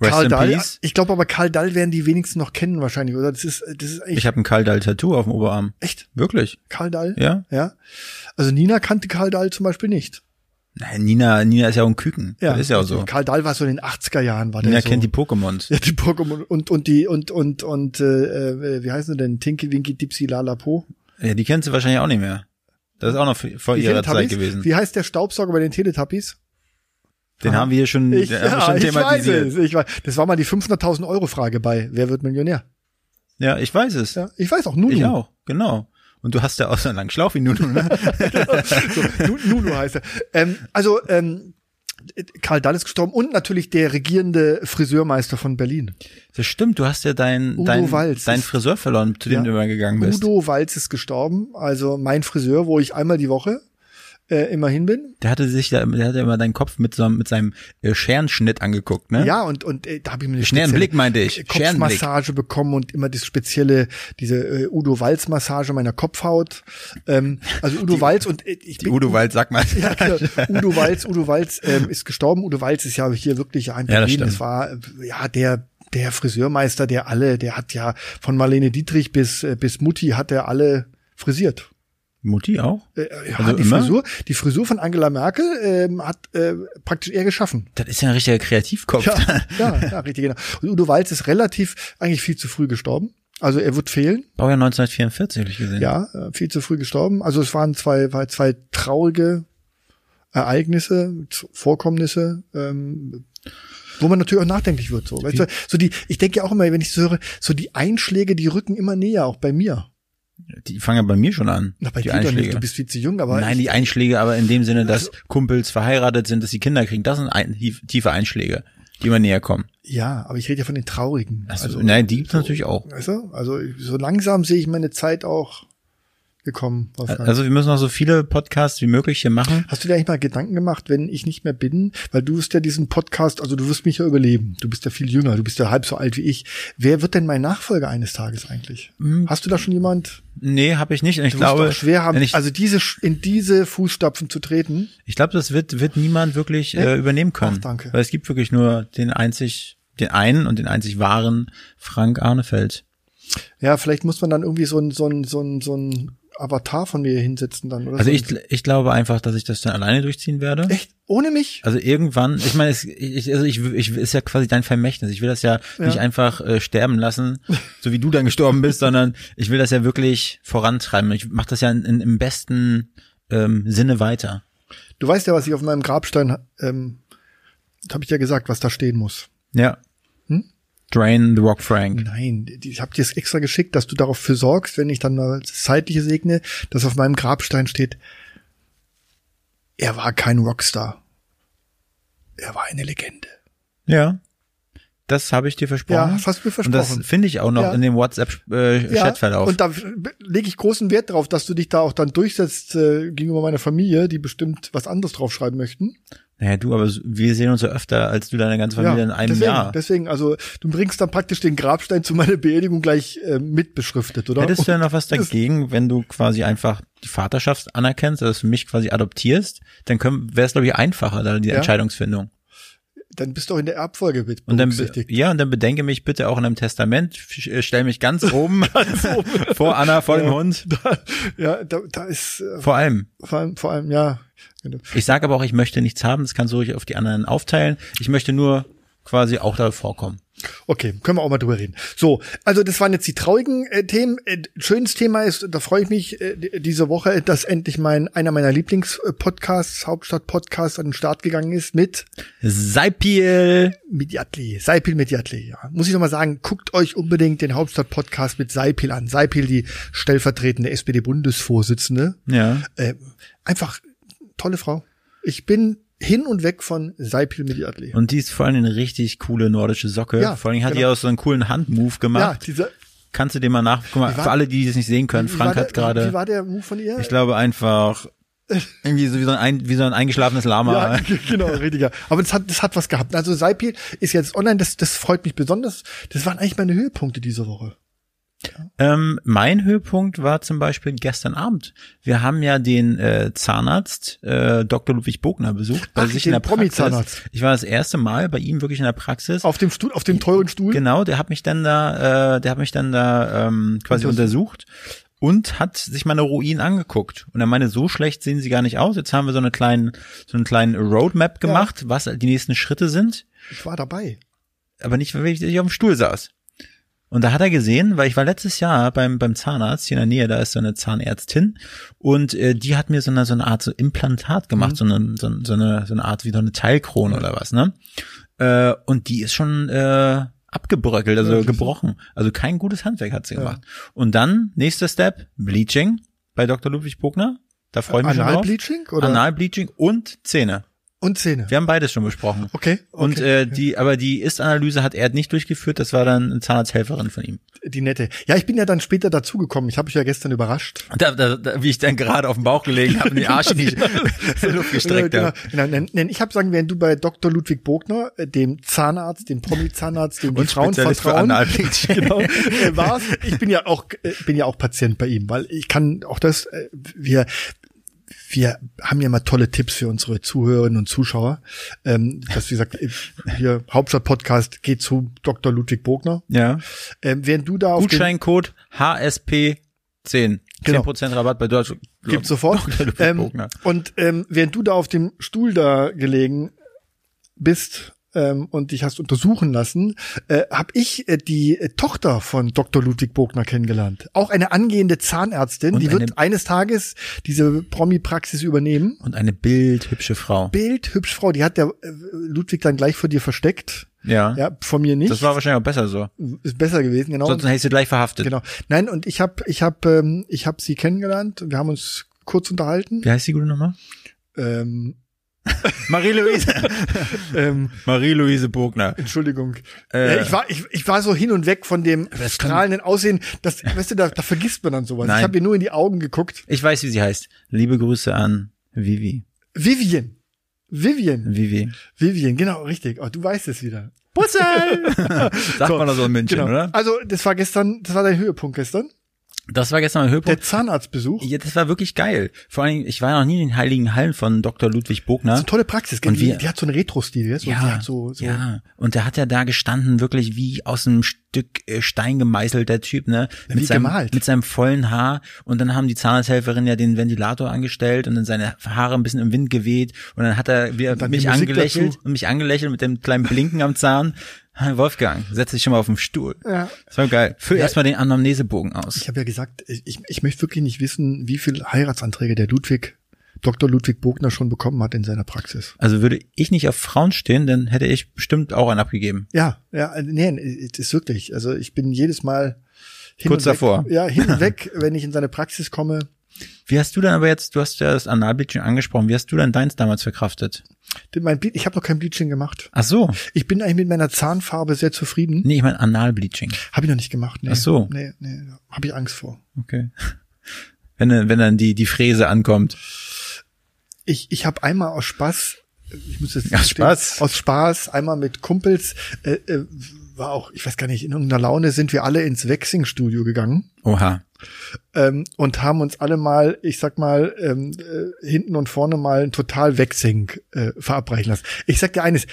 Speaker 3: Rest
Speaker 2: Karl
Speaker 3: in
Speaker 2: Dall,
Speaker 3: peace.
Speaker 2: ich glaube aber Karl Dall werden die wenigsten noch kennen wahrscheinlich, oder? Das ist, das ist eigentlich
Speaker 3: Ich habe ein Karl Dahl-Tattoo auf dem Oberarm.
Speaker 2: echt
Speaker 3: Wirklich?
Speaker 2: Karl Dall.
Speaker 3: Ja?
Speaker 2: ja. Also Nina kannte Karl Dall zum Beispiel nicht.
Speaker 3: Nein, Nina, Nina ist ja auch ein Küken. Ja. Das ist ja auch so.
Speaker 2: Karl Dall war so in den 80er Jahren, war der
Speaker 3: Nina
Speaker 2: so.
Speaker 3: kennt die Pokémons.
Speaker 2: Ja, die Pokémon und und die und und und äh, äh, wie heißen sie denn? Tinky Winky Dipsy Lalapo.
Speaker 3: Ja, die kennst du wahrscheinlich auch nicht mehr. Das ist auch noch v- vor
Speaker 2: Die
Speaker 3: ihrer Zeit
Speaker 2: Teletubbies?
Speaker 3: gewesen.
Speaker 2: Wie heißt der Staubsauger bei den Teletubbies?
Speaker 3: Den haben wir hier schon,
Speaker 2: Ich,
Speaker 3: den haben wir
Speaker 2: ja,
Speaker 3: schon
Speaker 2: ich weiß
Speaker 3: thematisiert.
Speaker 2: es. Ich weiß, das war mal die 500.000 Euro Frage bei Wer wird Millionär?
Speaker 3: Ja, ich weiß es.
Speaker 2: Ja, Uh. ich weiß auch Nunu.
Speaker 3: Ich auch, genau. Und du hast ja auch so einen langen Schlauch wie Nunu, ne?
Speaker 2: So, Nu- Nunu heißt er. Ähm, also ähm, Karl Dall ist gestorben und natürlich der regierende Friseurmeister von Berlin.
Speaker 3: Das stimmt, du hast ja deinen
Speaker 2: Udo
Speaker 3: dein,
Speaker 2: Walz
Speaker 3: dein
Speaker 2: ist-
Speaker 3: Friseur verloren, zu dem
Speaker 2: Ja.
Speaker 3: du immer gegangen bist.
Speaker 2: Udo Walz ist gestorben, also mein Friseur, wo ich einmal die Woche äh, immer hin bin.
Speaker 3: Der hatte sich da, der hatte immer deinen Kopf mit, so, einem- mit seinem äh, Scherenschnitt angeguckt, ne?
Speaker 2: Ja, und, und äh, da habe ich mir eine
Speaker 3: Schnellen
Speaker 2: spezielle
Speaker 3: Blick, meinte ich. Scherenblick.
Speaker 2: Kopfmassage bekommen und immer das spezielle, diese äh, Udo Walz-Massage meiner Kopfhaut. Ähm, also Udo Walz und äh, ich
Speaker 3: Die Udo Walz, sag mal.
Speaker 2: ja, genau. Udo Walz, Udo Walz ähm, ist gestorben. Udo Walz ist ja hier wirklich ein
Speaker 3: Ja, das
Speaker 2: Berlin.
Speaker 3: stimmt.
Speaker 2: Es war äh, ja der der Friseurmeister, der alle, der hat ja von Marlene Dietrich bis äh, bis Mutti hat er alle frisiert.
Speaker 3: Mutti auch?
Speaker 2: Äh, ja,
Speaker 3: Also
Speaker 2: die
Speaker 3: immer?
Speaker 2: Frisur, die Frisur von Angela Merkel ähm, hat äh, praktisch er geschaffen.
Speaker 3: Das ist ja ein richtiger Kreativkopf.
Speaker 2: Ja, ja, ja, richtig, genau. Und Udo Walz ist relativ, eigentlich viel zu früh gestorben. Also er wird fehlen,
Speaker 3: Baujahr 1944, habe ich gesehen.
Speaker 2: ja, äh, viel zu früh gestorben. Also es waren zwei, war- zwei traurige Ereignisse, Z- Vorkommnisse, ähm, wo man natürlich auch nachdenklich wird. So, weißt du, so die, ich denke ja auch immer, wenn ich so höre, so die Einschläge, die rücken immer näher, auch bei mir.
Speaker 3: Die fangen ja bei mir schon an.
Speaker 2: Na, bei
Speaker 3: die
Speaker 2: dir doch nicht,
Speaker 3: Einschläge.
Speaker 2: du bist viel zu jung, aber
Speaker 3: Nein,
Speaker 2: ich, Also-
Speaker 3: die Einschläge, aber in dem Sinne, dass Kumpels verheiratet sind, dass sie Kinder kriegen, das sind ein, tief- tiefe Einschläge, die immer näher kommen.
Speaker 2: ja, aber ich rede ja von den traurigen.
Speaker 3: Also, nein, die gibt's natürlich auch.
Speaker 2: Weißt du? Also so langsam sehe ich meine Zeit auch gekommen. Wolfgang.
Speaker 3: Also wir müssen noch so viele Podcasts wie möglich hier machen.
Speaker 2: Hast du dir eigentlich mal Gedanken gemacht, wenn ich nicht mehr bin, weil du wirst ja diesen Podcast, also du wirst mich ja überleben. Du bist ja viel jünger, du bist ja halb so alt wie ich. Wer wird denn mein Nachfolger eines Tages eigentlich? Hast du da schon jemand?
Speaker 3: Nee, habe Mhm. ich nicht. Und ich
Speaker 2: Du
Speaker 3: glaube,
Speaker 2: wirst doch schwer haben,
Speaker 3: wenn ich,
Speaker 2: also diese Sch- in diese Fußstapfen zu treten.
Speaker 3: ich glaube, das wird wird niemand wirklich äh, übernehmen können.
Speaker 2: Ach, danke.
Speaker 3: Weil es gibt wirklich nur den einzig, den einen und den einzig wahren Frank Arnefeld.
Speaker 2: Ja, vielleicht muss man dann irgendwie so ein so ein so ein so ein Avatar von mir hinsetzen dann oder
Speaker 3: Also
Speaker 2: so.
Speaker 3: ich ich glaube einfach, dass ich das dann alleine durchziehen werde.
Speaker 2: echt ohne mich?
Speaker 3: Also irgendwann, ich meine, es, ich, also ich, ich ist ja quasi dein Vermächtnis. Ich will das ja, nicht einfach äh, sterben lassen, so wie du dann gestorben bist, sondern ich will das ja wirklich vorantreiben. Ich mache das ja in, in, im besten ähm, Sinne weiter.
Speaker 2: Du weißt ja, was ich auf meinem Grabstein ähm das habe ich ja gesagt, was da stehen muss.
Speaker 3: Ja. Drain the Rock Frank.
Speaker 2: Nein, die- ich habe dir es extra geschickt, dass du darauf für sorgst, wenn ich dann mal das Zeitliche segne, dass auf meinem Grabstein steht, er war kein Rockstar. Er war eine Legende.
Speaker 3: Ja. Das habe ich dir versprochen.
Speaker 2: Ja, hast du mir
Speaker 3: Und das
Speaker 2: versprochen.
Speaker 3: finde ich auch noch
Speaker 2: Ja.
Speaker 3: in dem äh, WhatsApp-Chatverlauf.
Speaker 2: und da lege ich großen Wert drauf, dass du dich da auch dann durchsetzt äh, gegenüber meiner Familie, die bestimmt was anderes draufschreiben möchten.
Speaker 3: naja, du, aber so- wir sehen uns ja öfter, als du deine ganze Familie in einem
Speaker 2: deswegen,
Speaker 3: Jahr.
Speaker 2: deswegen, also du bringst dann praktisch den Grabstein zu meiner Beerdigung gleich äh, mitbeschriftet, oder?
Speaker 3: Hättest du ja noch was
Speaker 2: das-
Speaker 3: dagegen, wenn du quasi einfach die Vaterschaft anerkennst, also dass du mich quasi adoptierst, dann wäre es, glaube ich, einfacher, da die
Speaker 2: Ja.
Speaker 3: Entscheidungsfindung.
Speaker 2: dann bist du auch in der Erbfolge mit
Speaker 3: Und dann, be-
Speaker 2: berücksichtigt.
Speaker 3: ja, und dann bedenke mich bitte auch in einem Testament, sch- äh, stell mich ganz oben vor Anna, vor dem Hund,
Speaker 2: Ja, da, da ist äh,
Speaker 3: vor allem.
Speaker 2: vor allem, vor allem ja. Genau.
Speaker 3: Ich sage aber auch, ich möchte nichts haben, das kannst du ruhig auf die anderen aufteilen. Ich möchte nur quasi auch da vorkommen.
Speaker 2: Okay, können wir auch mal drüber reden. So, also das waren jetzt die traurigen äh, Themen. Äh, schönes Thema ist, da freue ich mich äh, d- diese Woche, dass endlich mein einer meiner Lieblingspodcasts, Hauptstadt-Podcast, an den Start gegangen ist mit
Speaker 3: Seipiel!
Speaker 2: Mediatli, Seipil Mediatli. Ja. Muss ich nochmal sagen, guckt euch unbedingt den Hauptstadt-Podcast mit Seipil an. Seipil, die stellvertretende SPD-Bundesvorsitzende.
Speaker 3: Ja.
Speaker 2: Äh, einfach tolle Frau. Ich bin hin und weg von Seipil Mediatli.
Speaker 3: Und die ist vor allem eine richtig coole nordische Socke.
Speaker 2: Ja,
Speaker 3: vor allem hat die
Speaker 2: genau.
Speaker 3: auch so einen coolen Handmove
Speaker 2: Ja,
Speaker 3: gemacht.
Speaker 2: dieser.
Speaker 3: Kannst du dir mal nach, guck mal,
Speaker 2: Wie war-
Speaker 3: für alle, die das nicht sehen können,
Speaker 2: wie
Speaker 3: Frank hat
Speaker 2: war der- Wie
Speaker 3: gerade,
Speaker 2: war der Move von ihr?
Speaker 3: ich glaube einfach, irgendwie so wie so ein, ein, wie so ein eingeschlafenes Lama.
Speaker 2: Ja, g- genau, richtiger. Aber das hat, das hat was gehabt. Also Saipi ist jetzt online, das, das freut mich besonders. Das waren eigentlich meine Höhepunkte diese Woche.
Speaker 3: Ähm, mein Höhepunkt war zum Beispiel gestern Abend. Wir haben ja den äh, Zahnarzt äh, Dr. Ludwig Bogner besucht bei
Speaker 2: Ach,
Speaker 3: sich
Speaker 2: den
Speaker 3: in der Praxis.
Speaker 2: Promi-Zahnarzt.
Speaker 3: Ich war das erste Mal bei ihm wirklich in der Praxis.
Speaker 2: Auf dem Stuhl, auf dem teuren Stuhl.
Speaker 3: Genau, der hat mich dann da, äh, der hat mich dann da ähm, quasi untersucht und hat sich meine Ruinen angeguckt. Und er meinte, so schlecht sehen sie gar nicht aus. Jetzt haben wir so eine kleinen, so einen kleinen Roadmap gemacht, was die nächsten Schritte sind
Speaker 2: Ich war dabei.
Speaker 3: aber nicht, weil ich auf dem Stuhl saß. Und da hat er gesehen, weil ich war letztes Jahr beim, beim Zahnarzt hier in der Nähe, da ist so eine Zahnärztin und äh, die hat mir so eine, so eine Art so Implantat gemacht, so, eine, so, so, eine, so eine Art wie so eine Teilkrone oder was, ne? Äh, und die ist schon äh, abgebröckelt, also gebrochen. Also kein gutes Handwerk hat sie gemacht. Und dann, nächster Step, Bleaching bei Dr. Ludwig Bogner. Da freue ich mich schon drauf.
Speaker 2: Analbleaching oder?
Speaker 3: Analbleaching und Zähne.
Speaker 2: Und Zähne.
Speaker 3: Wir haben beides schon besprochen.
Speaker 2: Okay, okay.
Speaker 3: Und äh, die, aber die Ist-Analyse hat er nicht durchgeführt, das war dann eine Zahnarzthelferin von ihm.
Speaker 2: die nette. Ja, ich bin ja dann später dazugekommen. Ich habe mich ja gestern überrascht.
Speaker 3: Da, da, da, wie ich dann gerade auf dem Bauch gelegen habe und die Arsch in die in die Luft gestreckt
Speaker 2: Genau,
Speaker 3: habe.
Speaker 2: genau, nein, nein, ich habe sagen, während du bei Dr. Ludwig Bogner, äh, dem Zahnarzt, dem Promi-Zahnarzt, dem die
Speaker 3: Und
Speaker 2: Frauen
Speaker 3: Spezialist für
Speaker 2: vertrauen,
Speaker 3: Analbleaching.
Speaker 2: genau, äh, war's. Ich bin ja auch äh, bin ja auch Patient bei ihm, weil ich kann auch das äh, wir wir haben ja mal tolle Tipps für unsere Zuhörerinnen und Zuschauer. Ähm, dass wie gesagt, äh, hier Hauptstadt-Podcast geht zu Dr. Ludwig Bogner.
Speaker 3: Ja.
Speaker 2: Ähm, während du da auf den,
Speaker 3: Gutscheincode HSP 10.
Speaker 2: Genau.
Speaker 3: 10% Rabatt bei Deutsch.
Speaker 2: gibt sofort.
Speaker 3: Dr. Ludwig
Speaker 2: Ähm,
Speaker 3: Bogner.
Speaker 2: und ähm, während du da auf dem Stuhl da gelegen bist ähm, und dich hast untersuchen lassen, äh, habe ich äh, die äh, Tochter von Dr. Ludwig Bogner kennengelernt. Auch eine angehende Zahnärztin,
Speaker 3: Und
Speaker 2: die wird
Speaker 3: eine-
Speaker 2: eines Tages diese Promi-Praxis übernehmen.
Speaker 3: Und eine bildhübsche Frau.
Speaker 2: Bild, hübsch Frau, die hat der äh, Ludwig dann gleich vor dir versteckt.
Speaker 3: Ja.
Speaker 2: Ja, von mir nicht.
Speaker 3: Hm. Das war wahrscheinlich auch besser so.
Speaker 2: ist besser gewesen, genau.
Speaker 3: Sonst hätte ich sie gleich verhaftet.
Speaker 2: genau. Nein, und ich habe ich hab, ähm, ich hab sie kennengelernt und wir haben uns kurz unterhalten.
Speaker 3: Wie heißt die gute nochmal?
Speaker 2: Ähm,
Speaker 3: Marie-Louise.
Speaker 2: ähm,
Speaker 3: Marie-Louise Bogner.
Speaker 2: Entschuldigung.
Speaker 3: Äh.
Speaker 2: ja, ich, war, ich, ich war so hin und weg von dem
Speaker 3: das kann- Äh.
Speaker 2: strahlenden Aussehen. Das, weißt du, da, da vergisst man dann sowas.
Speaker 3: Nein.
Speaker 2: Ich habe ihr nur in die Augen geguckt.
Speaker 3: Ich weiß, wie sie heißt. Liebe Grüße an Vivi.
Speaker 2: Vivian. Vivian.
Speaker 3: Vivi.
Speaker 2: Vivian, genau, richtig. Oh, du weißt es wieder.
Speaker 3: Brüssel! Sagt man doch so in München,
Speaker 2: Genau.
Speaker 3: oder?
Speaker 2: Also, das war gestern, das war dein Höhepunkt gestern.
Speaker 3: Das war gestern mein
Speaker 2: Der
Speaker 3: Höhepunkt.
Speaker 2: Zahnarztbesuch.
Speaker 3: Ja, das war wirklich geil. Vor allen Dingen, ich war noch nie in den heiligen Hallen von Dr. Ludwig
Speaker 2: Das
Speaker 3: Bogner.
Speaker 2: ist eine tolle Praxis, gell?
Speaker 3: Und wir-
Speaker 2: die, die hat so einen Retro-Stil, gell? so, die hat so, so
Speaker 3: ja, und der hat ja da gestanden, wirklich wie aus einem Stück äh, Stein gemeißelt, der Typ, ne? Mit
Speaker 2: wie
Speaker 3: seinem,
Speaker 2: gemalt.
Speaker 3: mit seinem vollen Haar. Und dann haben die Zahnarzthelferin ja den Ventilator angestellt und dann seine Haare ein bisschen im Wind geweht. Und dann hat er wieder
Speaker 2: dann die
Speaker 3: mich
Speaker 2: Musik
Speaker 3: angelächelt
Speaker 2: dazu.
Speaker 3: und mich angelächelt mit dem kleinen Blinken am Zahn. Hi, Wolfgang, setz dich schon mal auf den Stuhl.
Speaker 2: Ja.
Speaker 3: Das war geil. Füll
Speaker 2: Ja.
Speaker 3: erstmal den Anamnesebogen aus.
Speaker 2: Ich habe ja gesagt, ich, ich möchte wirklich nicht wissen, wie viel Heiratsanträge der Ludwig, Dr. Ludwig Bogner schon bekommen hat in seiner Praxis.
Speaker 3: Also würde ich nicht auf Frauen stehen, dann hätte ich bestimmt auch einen abgegeben.
Speaker 2: Ja, ja, äh, nee, es ist wirklich. Also ich bin jedes Mal hin
Speaker 3: Kurz
Speaker 2: und weg,
Speaker 3: davor.
Speaker 2: Ja, hin und weg, wenn ich in seine Praxis komme.
Speaker 3: Wie hast du dann aber jetzt, du hast ja das Analbildchen angesprochen, wie hast du dann deins damals verkraftet?
Speaker 2: Denn Mein Ble ich habe noch kein Bleaching gemacht.
Speaker 3: Ach so.
Speaker 2: Ich bin eigentlich mit meiner Zahnfarbe sehr zufrieden.
Speaker 3: Nee, ich meine Analbleaching.
Speaker 2: Habe ich noch nicht gemacht. Nee.
Speaker 3: Hm? Ach so.
Speaker 2: Nee, nee, habe ich Angst vor.
Speaker 3: Okay. Wenn, dann- wenn dann die, die Fräse ankommt.
Speaker 2: Ich, ich habe einmal aus Spaß, äh, ich muss jetzt
Speaker 3: Aus Spaß?
Speaker 2: aus Spaß, einmal mit Kumpels, äh, äh, war auch, ich weiß gar nicht, in irgendeiner Laune sind wir alle ins Waxing-Studio gegangen
Speaker 3: Oha.
Speaker 2: ähm, und haben uns alle mal, ich sag mal, ähm, äh, hinten und vorne mal ein total Waxing äh, verabreichen lassen. Ich sag dir eines,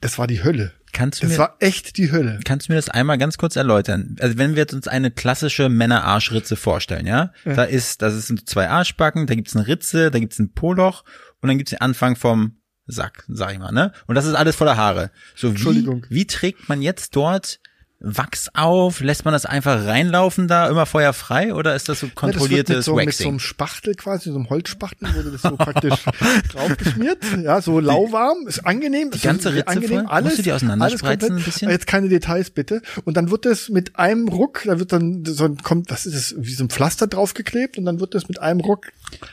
Speaker 2: Das war die Hölle.
Speaker 3: Kannst du
Speaker 2: Das
Speaker 3: mir-
Speaker 2: war echt die Hölle.
Speaker 3: Kannst du mir das einmal ganz kurz erläutern? Also wenn wir jetzt uns eine klassische Männerarschritze vorstellen, ja? Da ist, das sind zwei Arschbacken, da gibt's eine Ritze, da gibt's ein Po-Loch und dann gibt's den Anfang vom Sack, sag ich mal, ne? Und das ist alles voller Haare. So wie,
Speaker 2: Entschuldigung.
Speaker 3: wie trägt man jetzt dort Wachs auf? Lässt man das einfach reinlaufen da, immer feuerfrei oder ist das so
Speaker 2: Ja, das wird mit
Speaker 3: kontrolliertes
Speaker 2: so, mit so
Speaker 3: Waxing?
Speaker 2: einem Spachtel quasi, so einem Holzspachtel wurde das so praktisch draufgeschmiert. Ja, so lauwarm, ist angenehm. Die
Speaker 3: ganze
Speaker 2: ist
Speaker 3: Ritze
Speaker 2: angenehm,
Speaker 3: voll?
Speaker 2: Alles,
Speaker 3: Musst du die auseinanderspreizen
Speaker 2: alles komplett.
Speaker 3: ein bisschen?
Speaker 2: Jetzt keine Details bitte. Und dann wird das mit einem Ruck, da wird dann so ein, kommt, was ist das, wie so ein Pflaster draufgeklebt und dann wird das mit einem Ruck.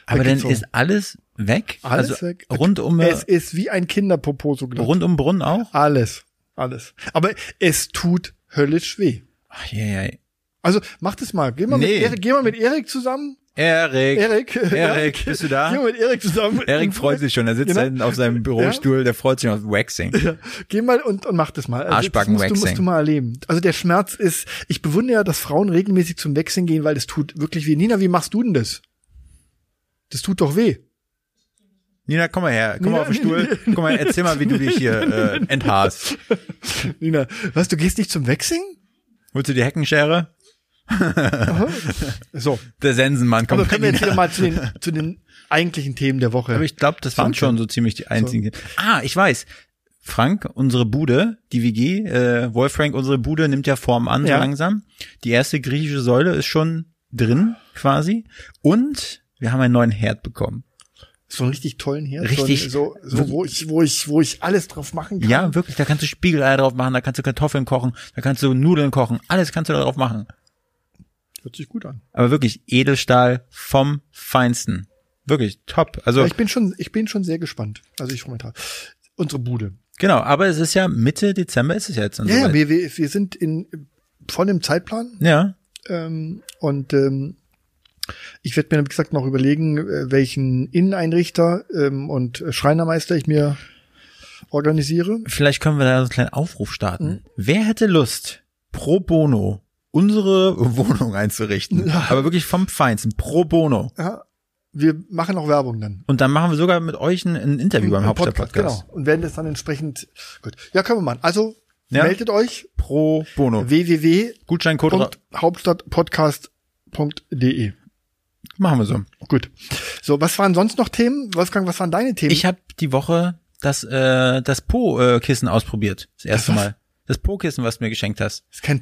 Speaker 3: Aber dann
Speaker 2: weggezogen.
Speaker 3: ist alles weg?
Speaker 2: Alles
Speaker 3: also
Speaker 2: weg.
Speaker 3: Rund um,
Speaker 2: es ist wie ein Kinderpopo so glatt.
Speaker 3: rund um Brunnen auch?
Speaker 2: Alles, alles. Aber es tut höllisch weh.
Speaker 3: Ach, je, je.
Speaker 2: Also mach das mal. Geh mal,
Speaker 3: Nee.
Speaker 2: mit, Erik, geh mal mit Erik zusammen.
Speaker 3: Erik.
Speaker 2: Erik.
Speaker 3: Erik, bist du da?
Speaker 2: Geh mal mit Erik zusammen.
Speaker 3: Erik freut sich schon, er sitzt
Speaker 2: Genau.
Speaker 3: hinten auf seinem Bürostuhl, der freut sich auf Waxing.
Speaker 2: Geh mal und, und mach das mal. Also
Speaker 3: Arschbacken
Speaker 2: das musst, du,
Speaker 3: Waxing.
Speaker 2: musst du mal erleben. Also der Schmerz ist, ich bewundere ja, dass Frauen regelmäßig zum Wechseln gehen, weil das tut wirklich weh. Nina, wie machst du denn das? Das tut doch weh.
Speaker 3: Nina, komm mal her, komm mal auf den Stuhl, komm mal, erzähl mal, wie du dich hier äh, enthaarst.
Speaker 2: Nina, was, du gehst nicht zum Wechseln?
Speaker 3: Holst du die Heckenschere?
Speaker 2: So,
Speaker 3: Der Sensenmann
Speaker 2: aber
Speaker 3: kommt.
Speaker 2: können wir jetzt wieder mal zu den, zu den eigentlichen Themen der Woche.
Speaker 3: Aber ich glaube, das waren
Speaker 2: Danke.
Speaker 3: schon so ziemlich die einzigen. Ah, ich weiß. Frank, unsere Bude, die WG, äh, Wolfrank, unsere Bude nimmt ja Form an so
Speaker 2: Ja.
Speaker 3: langsam. Die erste griechische Säule ist schon drin, quasi. Und wir haben einen neuen Herd bekommen.
Speaker 2: so einen richtig tollen Herd.
Speaker 3: Richtig.
Speaker 2: So, einen- so, so wo, ich, wo, ich, wo ich alles drauf machen kann.
Speaker 3: Ja, wirklich, da kannst du Spiegeleier drauf machen, da kannst du Kartoffeln kochen, da kannst du Nudeln kochen, alles kannst du da drauf machen.
Speaker 2: Hört sich gut an.
Speaker 3: Aber wirklich Edelstahl vom Feinsten. Wirklich top. Also
Speaker 2: Aber ich bin schon, ich bin schon sehr gespannt. Also ich momentan. Unsere Bude.
Speaker 3: genau, aber es ist ja Mitte Dezember ist es ja jetzt. dann
Speaker 2: Ja, ja,
Speaker 3: soweit.
Speaker 2: wir, wir, wir sind in voll im Zeitplan.
Speaker 3: ja.
Speaker 2: Ähm, und ähm, ich werde mir, wie gesagt, noch überlegen, äh, welchen Inneneinrichter ähm, und Schreinermeister ich mir organisiere.
Speaker 3: Vielleicht können wir da so einen kleinen Aufruf starten. Wer hätte Lust, pro bono unsere Wohnung einzurichten? Aber wirklich vom Feinsten, pro bono.
Speaker 2: Ja, wir machen auch Werbung dann.
Speaker 3: Und dann machen wir sogar mit euch ein, ein Interview beim
Speaker 2: Im
Speaker 3: Hauptstadt-Podcast. Genau.
Speaker 2: Hm, Genau. Und werden das dann entsprechend. Gut. Ja, können wir machen. Also
Speaker 3: Ja.
Speaker 2: meldet euch
Speaker 3: Pro bono.
Speaker 2: www.hauptstadtpodcast.de.
Speaker 3: Gutscheincode ra- machen wir so.
Speaker 2: E. Gut. So, was waren sonst noch Themen? Wolfgang, was waren deine Themen?
Speaker 3: Ich habe die Woche das, äh, das Po-Kissen ausprobiert. Das erste
Speaker 2: Das was?
Speaker 3: Mal. Das Po-Kissen, was du mir geschenkt hast.
Speaker 2: das ist kein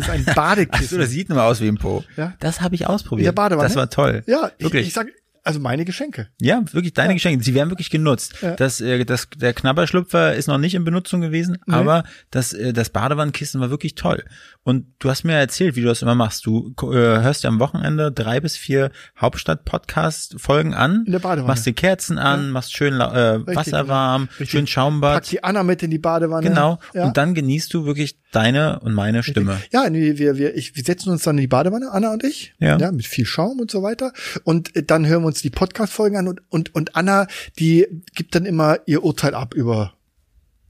Speaker 2: das ist ein Badekissen.
Speaker 3: Achso, das sieht nur aus wie ein Po.
Speaker 2: Ja.
Speaker 3: Das habe ich ausprobiert.
Speaker 2: In der Badewanne?
Speaker 3: Das war toll.
Speaker 2: ja, ich,
Speaker 3: wirklich.
Speaker 2: ich sag, also meine Geschenke.
Speaker 3: ja, wirklich deine Geschenke. Sie werden wirklich genutzt.
Speaker 2: Ja.
Speaker 3: Das, äh, das, der Knabberschlüpfer ist noch nicht in Benutzung gewesen, aber das, äh, das Badewannenkissen war wirklich toll. Und du hast mir erzählt, wie du das immer machst. Du äh, hörst dir am Wochenende drei bis vier Hauptstadt-Podcast-Folgen an.
Speaker 2: In der Badewanne.
Speaker 3: Machst dir Kerzen an, machst schön lau- äh, Wasser
Speaker 2: genau.
Speaker 3: warm,
Speaker 2: Richtig.
Speaker 3: schön Schaumbad.
Speaker 2: Pack die Anna mit in die Badewanne.
Speaker 3: Genau.
Speaker 2: Ja.
Speaker 3: Und dann genießt du wirklich deine und meine Stimme.
Speaker 2: Ja, nee, wir, wir, ich, wir setzen uns dann in die Badewanne, Anna und ich.
Speaker 3: Ja.
Speaker 2: ja mit viel Schaum und so weiter. Und äh, dann hören wir uns die Podcast-Folgen an und, und, und Anna, die gibt dann immer ihr Urteil ab über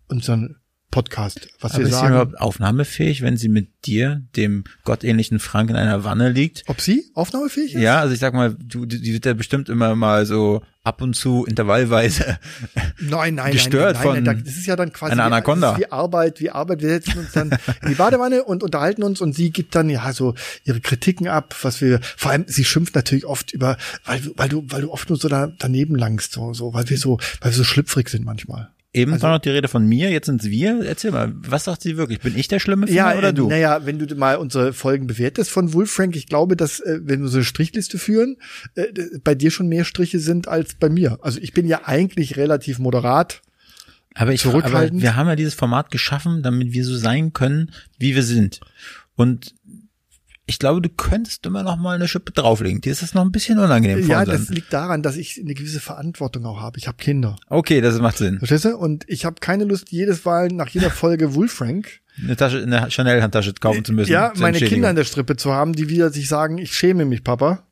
Speaker 2: unseren Podcast, was
Speaker 3: Aber
Speaker 2: wir
Speaker 3: ist sie
Speaker 2: sagen.
Speaker 3: überhaupt aufnahmefähig, wenn sie mit dir, dem gottähnlichen Frank, in einer Wanne liegt?
Speaker 2: Ob sie aufnahmefähig ist?
Speaker 3: Ja, also ich sag mal, du, du- die wird ja bestimmt immer mal so ab und zu intervallweise.
Speaker 2: Nein, nein,
Speaker 3: Gestört
Speaker 2: nein, nein, nein,
Speaker 3: von
Speaker 2: da- Das ist ja dann quasi
Speaker 3: einer
Speaker 2: wie-
Speaker 3: Anaconda.
Speaker 2: das ist Wie Arbeit, wie Arbeit. Wir setzen uns dann in die Badewanne und unterhalten uns und sie gibt dann ja so ihre Kritiken ab, was wir. Vor allem, sie schimpft natürlich oft über, weil, du- weil du, weil du oft nur so da, daneben langst, so, so, weil wir so, weil wir so schlüpfrig sind manchmal.
Speaker 3: Eben war noch die Rede von mir, jetzt sind's wir. Erzähl mal, was sagt sie wirklich? Bin ich der schlimme Finger oder
Speaker 2: äh,
Speaker 3: du?
Speaker 2: Naja, wenn du mal unsere Folgen bewertest von Wolfrank, ich glaube, dass äh, wenn wir so eine Strichliste führen, äh, d- bei dir schon mehr Striche sind als bei mir. Also ich bin ja eigentlich relativ moderat.
Speaker 3: aber ich aber
Speaker 2: zurückhaltend?
Speaker 3: wir haben ja dieses Format geschaffen, damit wir so sein können, wie wir sind. Und ich glaube, du könntest immer noch mal eine Schippe drauflegen. Dir ist das noch ein bisschen unangenehm
Speaker 2: Ja,
Speaker 3: ja,
Speaker 2: das liegt daran, dass ich eine gewisse Verantwortung auch habe. Ich habe Kinder.
Speaker 3: Okay, das macht Sinn.
Speaker 2: Verstehst du? Und ich habe keine Lust, jedes Mal nach jeder Folge Wolfrank,
Speaker 3: Eine Tasche, eine Chanel-Handtasche kaufen zu müssen.
Speaker 2: ja,
Speaker 3: zur
Speaker 2: meine
Speaker 3: Entschädigung.
Speaker 2: Kinder an der Strippe zu haben, die wieder sich sagen, ich schäme mich, Papa,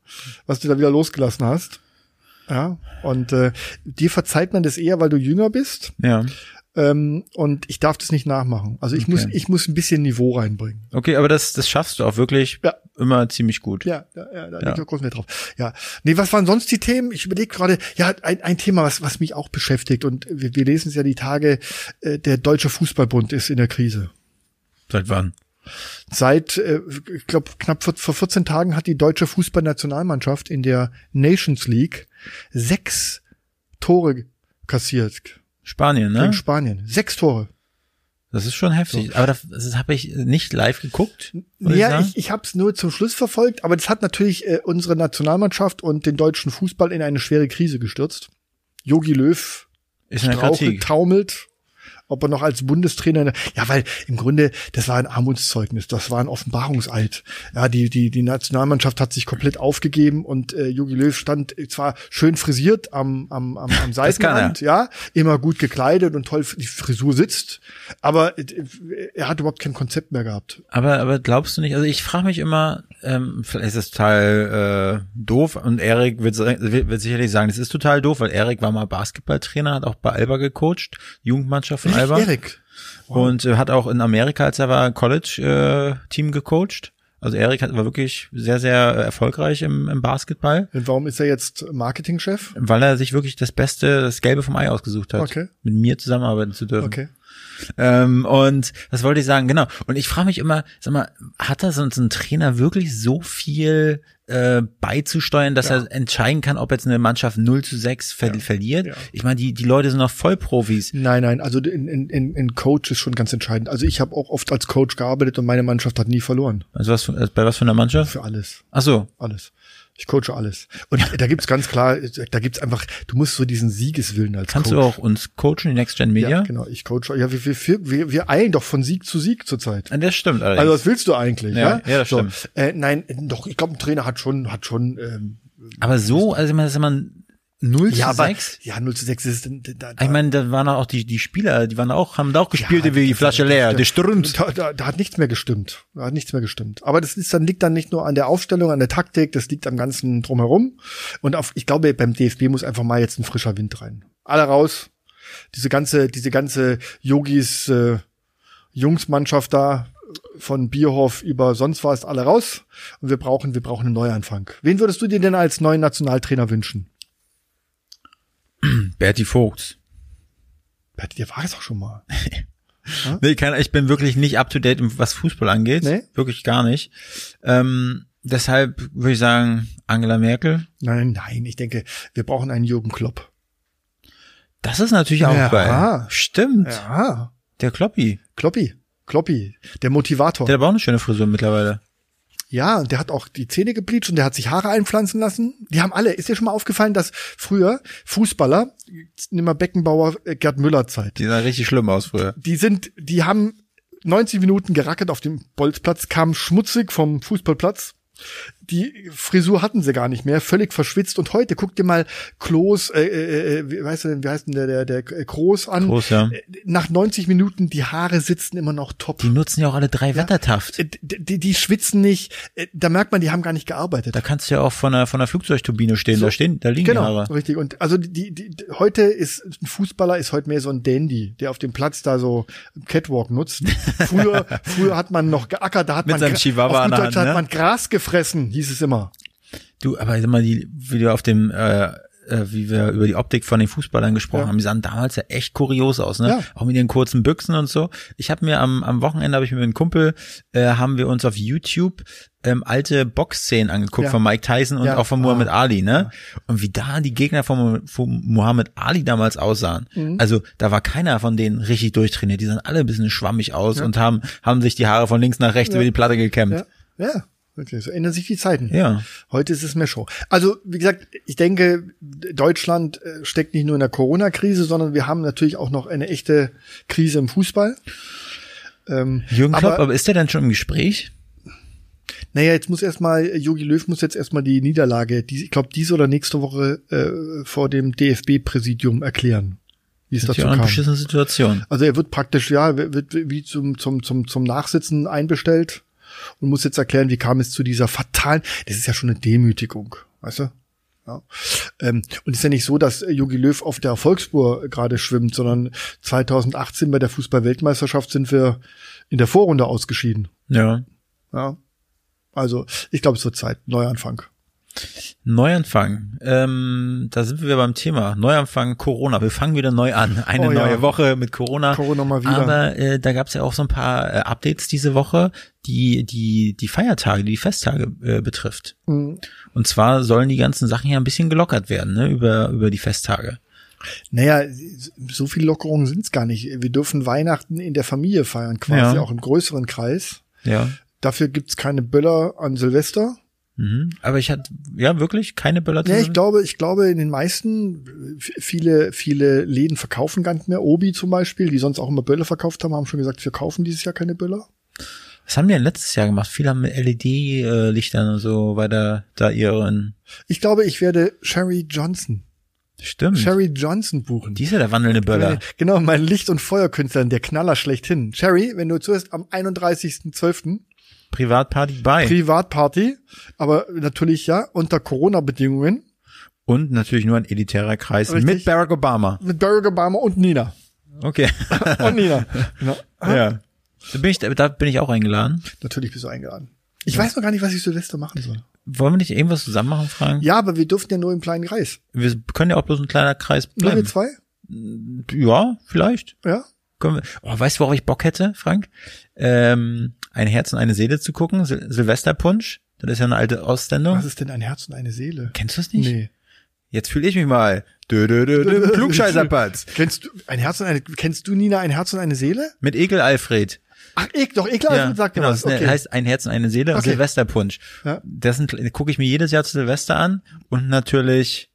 Speaker 2: was du da wieder losgelassen hast. Ja, und äh, dir verzeiht man das eher, weil du jünger bist
Speaker 3: Ja.
Speaker 2: ähm, und ich darf das nicht nachmachen. Also ich muss,
Speaker 3: Okay.
Speaker 2: ich muss ein bisschen Niveau reinbringen.
Speaker 3: Okay, aber das, das schaffst du auch wirklich
Speaker 2: Ja.
Speaker 3: immer ziemlich gut.
Speaker 2: Ja, ja, ja da ja. liegt auch groß mehr drauf. Ja. Nee, was waren sonst die Themen? Ich überlege gerade, ja, ein, ein Thema, was, was mich auch beschäftigt und wir, wir lesen es ja die Tage, äh, der Deutsche Fußballbund ist in der Krise.
Speaker 3: Seit wann?
Speaker 2: Seit, äh, ich glaube, knapp vor, vor 14 Tagen hat die deutsche Fußballnationalmannschaft in der Nations League sechs Tore kassiert.
Speaker 3: Spanien,
Speaker 2: Gegen
Speaker 3: ne?
Speaker 2: Spanien. Sechs Tore.
Speaker 3: Das ist schon heftig. Aber das, das habe ich nicht live geguckt. muss
Speaker 2: Ja,
Speaker 3: sagen.
Speaker 2: ich, ich habe es nur zum Schluss verfolgt, aber das hat natürlich äh, unsere Nationalmannschaft und den deutschen Fußball in eine schwere Krise gestürzt. Jogi Löw
Speaker 3: ist eine
Speaker 2: strauchelt,
Speaker 3: Kritik.
Speaker 2: taumelt, ob er noch als Bundestrainer, ja, weil im Grunde, das war ein Armutszeugnis, das war ein Offenbarungseid. Ja, die, die, die Nationalmannschaft hat sich komplett aufgegeben und äh, Jogi Löw stand zwar schön frisiert am, am, am, am
Speaker 3: kann er.
Speaker 2: Seitenrand, ja, immer gut gekleidet und toll, die Frisur sitzt, aber äh, er hat überhaupt kein Konzept mehr gehabt.
Speaker 3: Aber, aber glaubst du nicht, also ich frage mich immer, ähm, vielleicht ist das total äh, doof und Erik wird, sa- wird, wird sicherlich sagen, das ist total doof, weil Erik war mal Basketballtrainer, hat auch bei Alba gecoacht, Jugendmannschaft von Alba.
Speaker 2: Erik,
Speaker 3: Und äh, hat auch in Amerika, als er war, College-Team gecoacht. Also Erik hat- war wirklich sehr, sehr äh, erfolgreich im, im Basketball,
Speaker 2: Und warum ist er jetzt Marketingchef?
Speaker 3: weil er sich wirklich das Beste, das Gelbe vom Ei ausgesucht hat,
Speaker 2: Okay.
Speaker 3: mit mir zusammenarbeiten zu dürfen.
Speaker 2: Okay.
Speaker 3: Ähm, und das wollte ich sagen, genau. Und ich frage mich immer, sag mal, hat da sonst ein Trainer wirklich so viel äh, beizusteuern, dass er entscheiden kann, ob jetzt eine Mannschaft 0 zu 6 ver verliert?
Speaker 2: Ja.
Speaker 3: Ich meine, die, die Leute sind noch Vollprofis.
Speaker 2: Nein, nein, also in, in, in in Coach ist schon ganz entscheidend. Also ich habe auch oft als Coach gearbeitet und meine Mannschaft hat nie verloren.
Speaker 3: Also was, für- bei was für einer Mannschaft?
Speaker 2: Für alles.
Speaker 3: Ach so,
Speaker 2: Alles. Ich coache alles. Und da gibt's ganz klar, da gibt's einfach, du musst so diesen Siegeswillen als
Speaker 3: kannst
Speaker 2: Coach.
Speaker 3: du auch uns coachen, die Next Gen Media?
Speaker 2: ja, genau, ich coache. Ja, wir, wir, wir, wir eilen doch von Sieg zu Sieg zurzeit.
Speaker 3: Ah, Das stimmt allerdings.
Speaker 2: Also was willst du eigentlich?
Speaker 3: Ja,
Speaker 2: Ja,
Speaker 3: ja, das
Speaker 2: so,
Speaker 3: stimmt.
Speaker 2: äh, Nein, doch, ich glaube, ein Trainer hat schon, hat schon ähm,
Speaker 3: aber so, also ich meine, das ist immer 0 zu
Speaker 2: ja, aber,
Speaker 3: 6.
Speaker 2: ja, 0 zu 6 ist da, da,
Speaker 3: Ich meine, da waren auch die, die Spieler, die waren auch, haben da auch gespielt,
Speaker 2: Ja,
Speaker 3: wie die
Speaker 2: das-
Speaker 3: Flasche
Speaker 2: das-
Speaker 3: leer,
Speaker 2: das-
Speaker 3: der Strömt.
Speaker 2: Da, da, da hat nichts mehr gestimmt. Da hat nichts mehr gestimmt. Aber das ist dann, liegt dann nicht nur an der Aufstellung, an der Taktik, das liegt am ganzen drumherum. Und auf, ich glaube, beim DFB muss einfach mal jetzt ein frischer Wind rein. Alle raus. Diese ganze, diese ganze Yogis, äh, Jungsmannschaft da von Bierhoff über sonst was alle raus. Und wir brauchen, wir brauchen einen Neuanfang. Wen würdest du dir denn als neuen Nationaltrainer wünschen?
Speaker 3: Berti Vogt.
Speaker 2: Berti, Der war es auch schon mal.
Speaker 3: Nee, keine, ich bin wirklich nicht up to date, was Fußball angeht.
Speaker 2: Nee?
Speaker 3: Wirklich gar nicht. Ähm, deshalb würde ich sagen, Angela Merkel.
Speaker 2: Nein, nein, ich denke, wir brauchen einen Jürgen Klopp.
Speaker 3: Das ist natürlich auch
Speaker 2: Ja.
Speaker 3: geil. Stimmt.
Speaker 2: Ja.
Speaker 3: Der Kloppi.
Speaker 2: Kloppi. Kloppi, der Motivator.
Speaker 3: Der hat aber auch eine schöne Frisur mittlerweile.
Speaker 2: ja, und der hat auch die Zähne gebleached und der hat sich Haare einpflanzen lassen. Die haben alle. Ist dir schon mal aufgefallen, dass früher Fußballer, nimm mal Beckenbauer, äh, Gerd Müller Zeit,
Speaker 3: Die sah richtig schlimm aus früher.
Speaker 2: die sind, die haben 90 Minuten gerackert auf dem Bolzplatz, kamen schmutzig vom Fußballplatz. Die Frisur hatten sie gar nicht mehr, völlig verschwitzt. Und heute guck dir mal Klos, äh, äh, äh, wie, weißt du, denn, wie heißt denn der, der, der Kroos an.
Speaker 3: Groß, ja.
Speaker 2: Äh, Nach 90 Minuten, die Haare sitzen immer noch top.
Speaker 3: Die nutzen ja auch alle drei Wettertaft.
Speaker 2: Äh, die, die- die schwitzen nicht. Äh, Da merkt man, die haben gar nicht gearbeitet.
Speaker 3: Da kannst du ja auch von der, von der Flugzeugturbine stehen. Da stehen, da liegen die
Speaker 2: genau,
Speaker 3: Haare.
Speaker 2: richtig. Und also die, die, die, heute ist ein Fußballer ist heute mehr so ein Dandy, der auf dem Platz da so Catwalk nutzt. Früher, früher hat man noch geackert, da hat
Speaker 3: Mit
Speaker 2: man
Speaker 3: seinem
Speaker 2: Gra-
Speaker 3: Chihuahua
Speaker 2: auf
Speaker 3: in
Speaker 2: gut
Speaker 3: der
Speaker 2: Deutsch
Speaker 3: Hand,
Speaker 2: hat
Speaker 3: ne?
Speaker 2: man Gras gefressen, hieß es immer.
Speaker 3: Du, aber sag mal, die, wie du auf dem, äh, äh, wie wir über die Optik von den Fußballern gesprochen
Speaker 2: Ja.
Speaker 3: haben, die sahen damals ja echt kurios aus, ne?
Speaker 2: Ja.
Speaker 3: Auch mit ihren kurzen Büchsen und so. Ich habe mir am, am Wochenende, habe ich mit einem Kumpel, äh, haben wir uns auf YouTube ähm, alte Boxszenen angeguckt
Speaker 2: Ja.
Speaker 3: von Mike Tyson und
Speaker 2: Ja. Ah.
Speaker 3: auch von Muhammad Ali, ne? Und wie da die Gegner von, von Muhammad Ali damals aussahen.
Speaker 2: Mhm.
Speaker 3: Also da war keiner von denen richtig durchtrainiert. Die sahen alle ein bisschen schwammig aus und haben, haben sich die Haare von links nach rechts über die Platte gekämmt.
Speaker 2: Ja, ja. Wirklich, so ändern sich die Zeiten.
Speaker 3: Ja.
Speaker 2: Heute ist es mehr Show. Also, wie gesagt, ich denke, Deutschland äh, steckt nicht nur in der Corona-Krise, sondern wir haben natürlich auch noch eine echte Krise im Fußball. Ähm,
Speaker 3: Jürgen Klopp,
Speaker 2: aber-
Speaker 3: aber ist der denn schon im Gespräch?
Speaker 2: Naja, jetzt muss erstmal, äh, Jogi Löw muss jetzt erstmal die Niederlage, die, ich glaube, diese oder nächste Woche äh, vor dem DFB-Präsidium erklären, wie es
Speaker 3: Das ist
Speaker 2: dazu
Speaker 3: ja auch eine
Speaker 2: kam.
Speaker 3: beschissene Situation.
Speaker 2: Also er wird praktisch, ja, wird wie zum, zum, zum, zum Nachsitzen einbestellt und muss jetzt erklären, wie kam es zu dieser fatalen, das ist ja schon eine Demütigung, weißt du? Ja. Ähm, und es ist ja nicht so, dass äh, Jogi Löw auf der Erfolgsspur gerade schwimmt, sondern 2018 bei der Fußball-Weltmeisterschaft sind wir in der Vorrunde ausgeschieden.
Speaker 3: Ja.
Speaker 2: Ja. Also ich glaube, es wird Zeit. Neuanfang.
Speaker 3: Neuanfang. Ähm, da sind wir beim Thema. Neuanfang Corona. Wir fangen wieder neu an. Eine
Speaker 2: Oh ja.
Speaker 3: neue Woche mit Corona.
Speaker 2: Corona mal wieder.
Speaker 3: Aber äh, da gab es ja auch so ein paar äh, Updates diese Woche, die die die Feiertage, die Festtage äh, betrifft.
Speaker 2: Mhm.
Speaker 3: Und zwar sollen die ganzen Sachen ja ein bisschen gelockert werden ne, über über die Festtage.
Speaker 2: Naja, so viel Lockerungen sind es gar nicht. Wir dürfen Weihnachten in der Familie feiern, quasi
Speaker 3: Ja.
Speaker 2: auch im größeren Kreis.
Speaker 3: Ja.
Speaker 2: Dafür gibt's keine Böller an Silvester.
Speaker 3: Mhm. Aber ich hatte ja wirklich keine Böller.
Speaker 2: Ja, ich glaube, ich glaube, in den meisten, f- viele, viele Läden verkaufen gar nicht mehr. Obi zum Beispiel, die sonst auch immer Böller verkauft haben, haben schon gesagt, wir kaufen dieses Jahr keine Böller.
Speaker 3: Was haben die denn letztes Jahr gemacht? Viele haben mit E LED-Lichtern äh, und so weiter da ihren.
Speaker 2: Ich glaube, ich werde Sherry Johnson,
Speaker 3: Stimmt.
Speaker 2: Sherry Johnson buchen.
Speaker 3: die ist ja der wandelnde Böller.
Speaker 2: Meine- Genau, mein Licht- und Feuerkünstlerin, der Knaller schlechthin. Sherry, wenn du zuhörst, am 31.12.
Speaker 3: Privatparty bei.
Speaker 2: Privatparty, aber natürlich ja unter Corona-Bedingungen
Speaker 3: Und natürlich nur ein elitärer Kreis
Speaker 2: Richtig.
Speaker 3: mit Barack Obama.
Speaker 2: mit Barack Obama und Nina.
Speaker 3: Okay.
Speaker 2: Und Nina. Ja,
Speaker 3: ja. Da bin, ich, da bin ich auch eingeladen.
Speaker 2: natürlich bist du eingeladen. Ich weiß noch gar nicht, was ich Silvester machen soll.
Speaker 3: Wollen wir nicht irgendwas zusammen machen, Frank?
Speaker 2: Ja, aber wir dürfen ja nur im kleinen Kreis.
Speaker 3: Wir können ja auch bloß ein kleiner Kreis
Speaker 2: Nur wir
Speaker 3: bleiben.
Speaker 2: zwei?
Speaker 3: Ja, vielleicht.
Speaker 2: Ja?
Speaker 3: Können wir. Oh, weißt du, worauf ich Bock hätte, Frank? Ähm, ein Herz und eine Seele zu gucken. Sil Silvesterpunsch. Das ist ja eine alte Aussendung.
Speaker 2: Was ist denn ein Herz und eine Seele?
Speaker 3: Kennst du es nicht?
Speaker 2: Nee.
Speaker 3: Jetzt fühle ich mich mal. Dö, dö, dö, dö, Klugscheißerpatz.
Speaker 2: Kennst du ein Herz und eine kennst du Nina ein Herz und eine Seele?
Speaker 3: Mit Ekel Alfred.
Speaker 2: Ach, ich doch, ich glaube, sagt
Speaker 3: genau.
Speaker 2: mir
Speaker 3: Das
Speaker 2: was.
Speaker 3: ist eine-
Speaker 2: Okay.
Speaker 3: heißt ein Herz und eine Seele und
Speaker 2: Okay.
Speaker 3: Silvesterpunsch.
Speaker 2: Ja.
Speaker 3: Das gucke ich mir jedes Jahr zu Silvester an und natürlich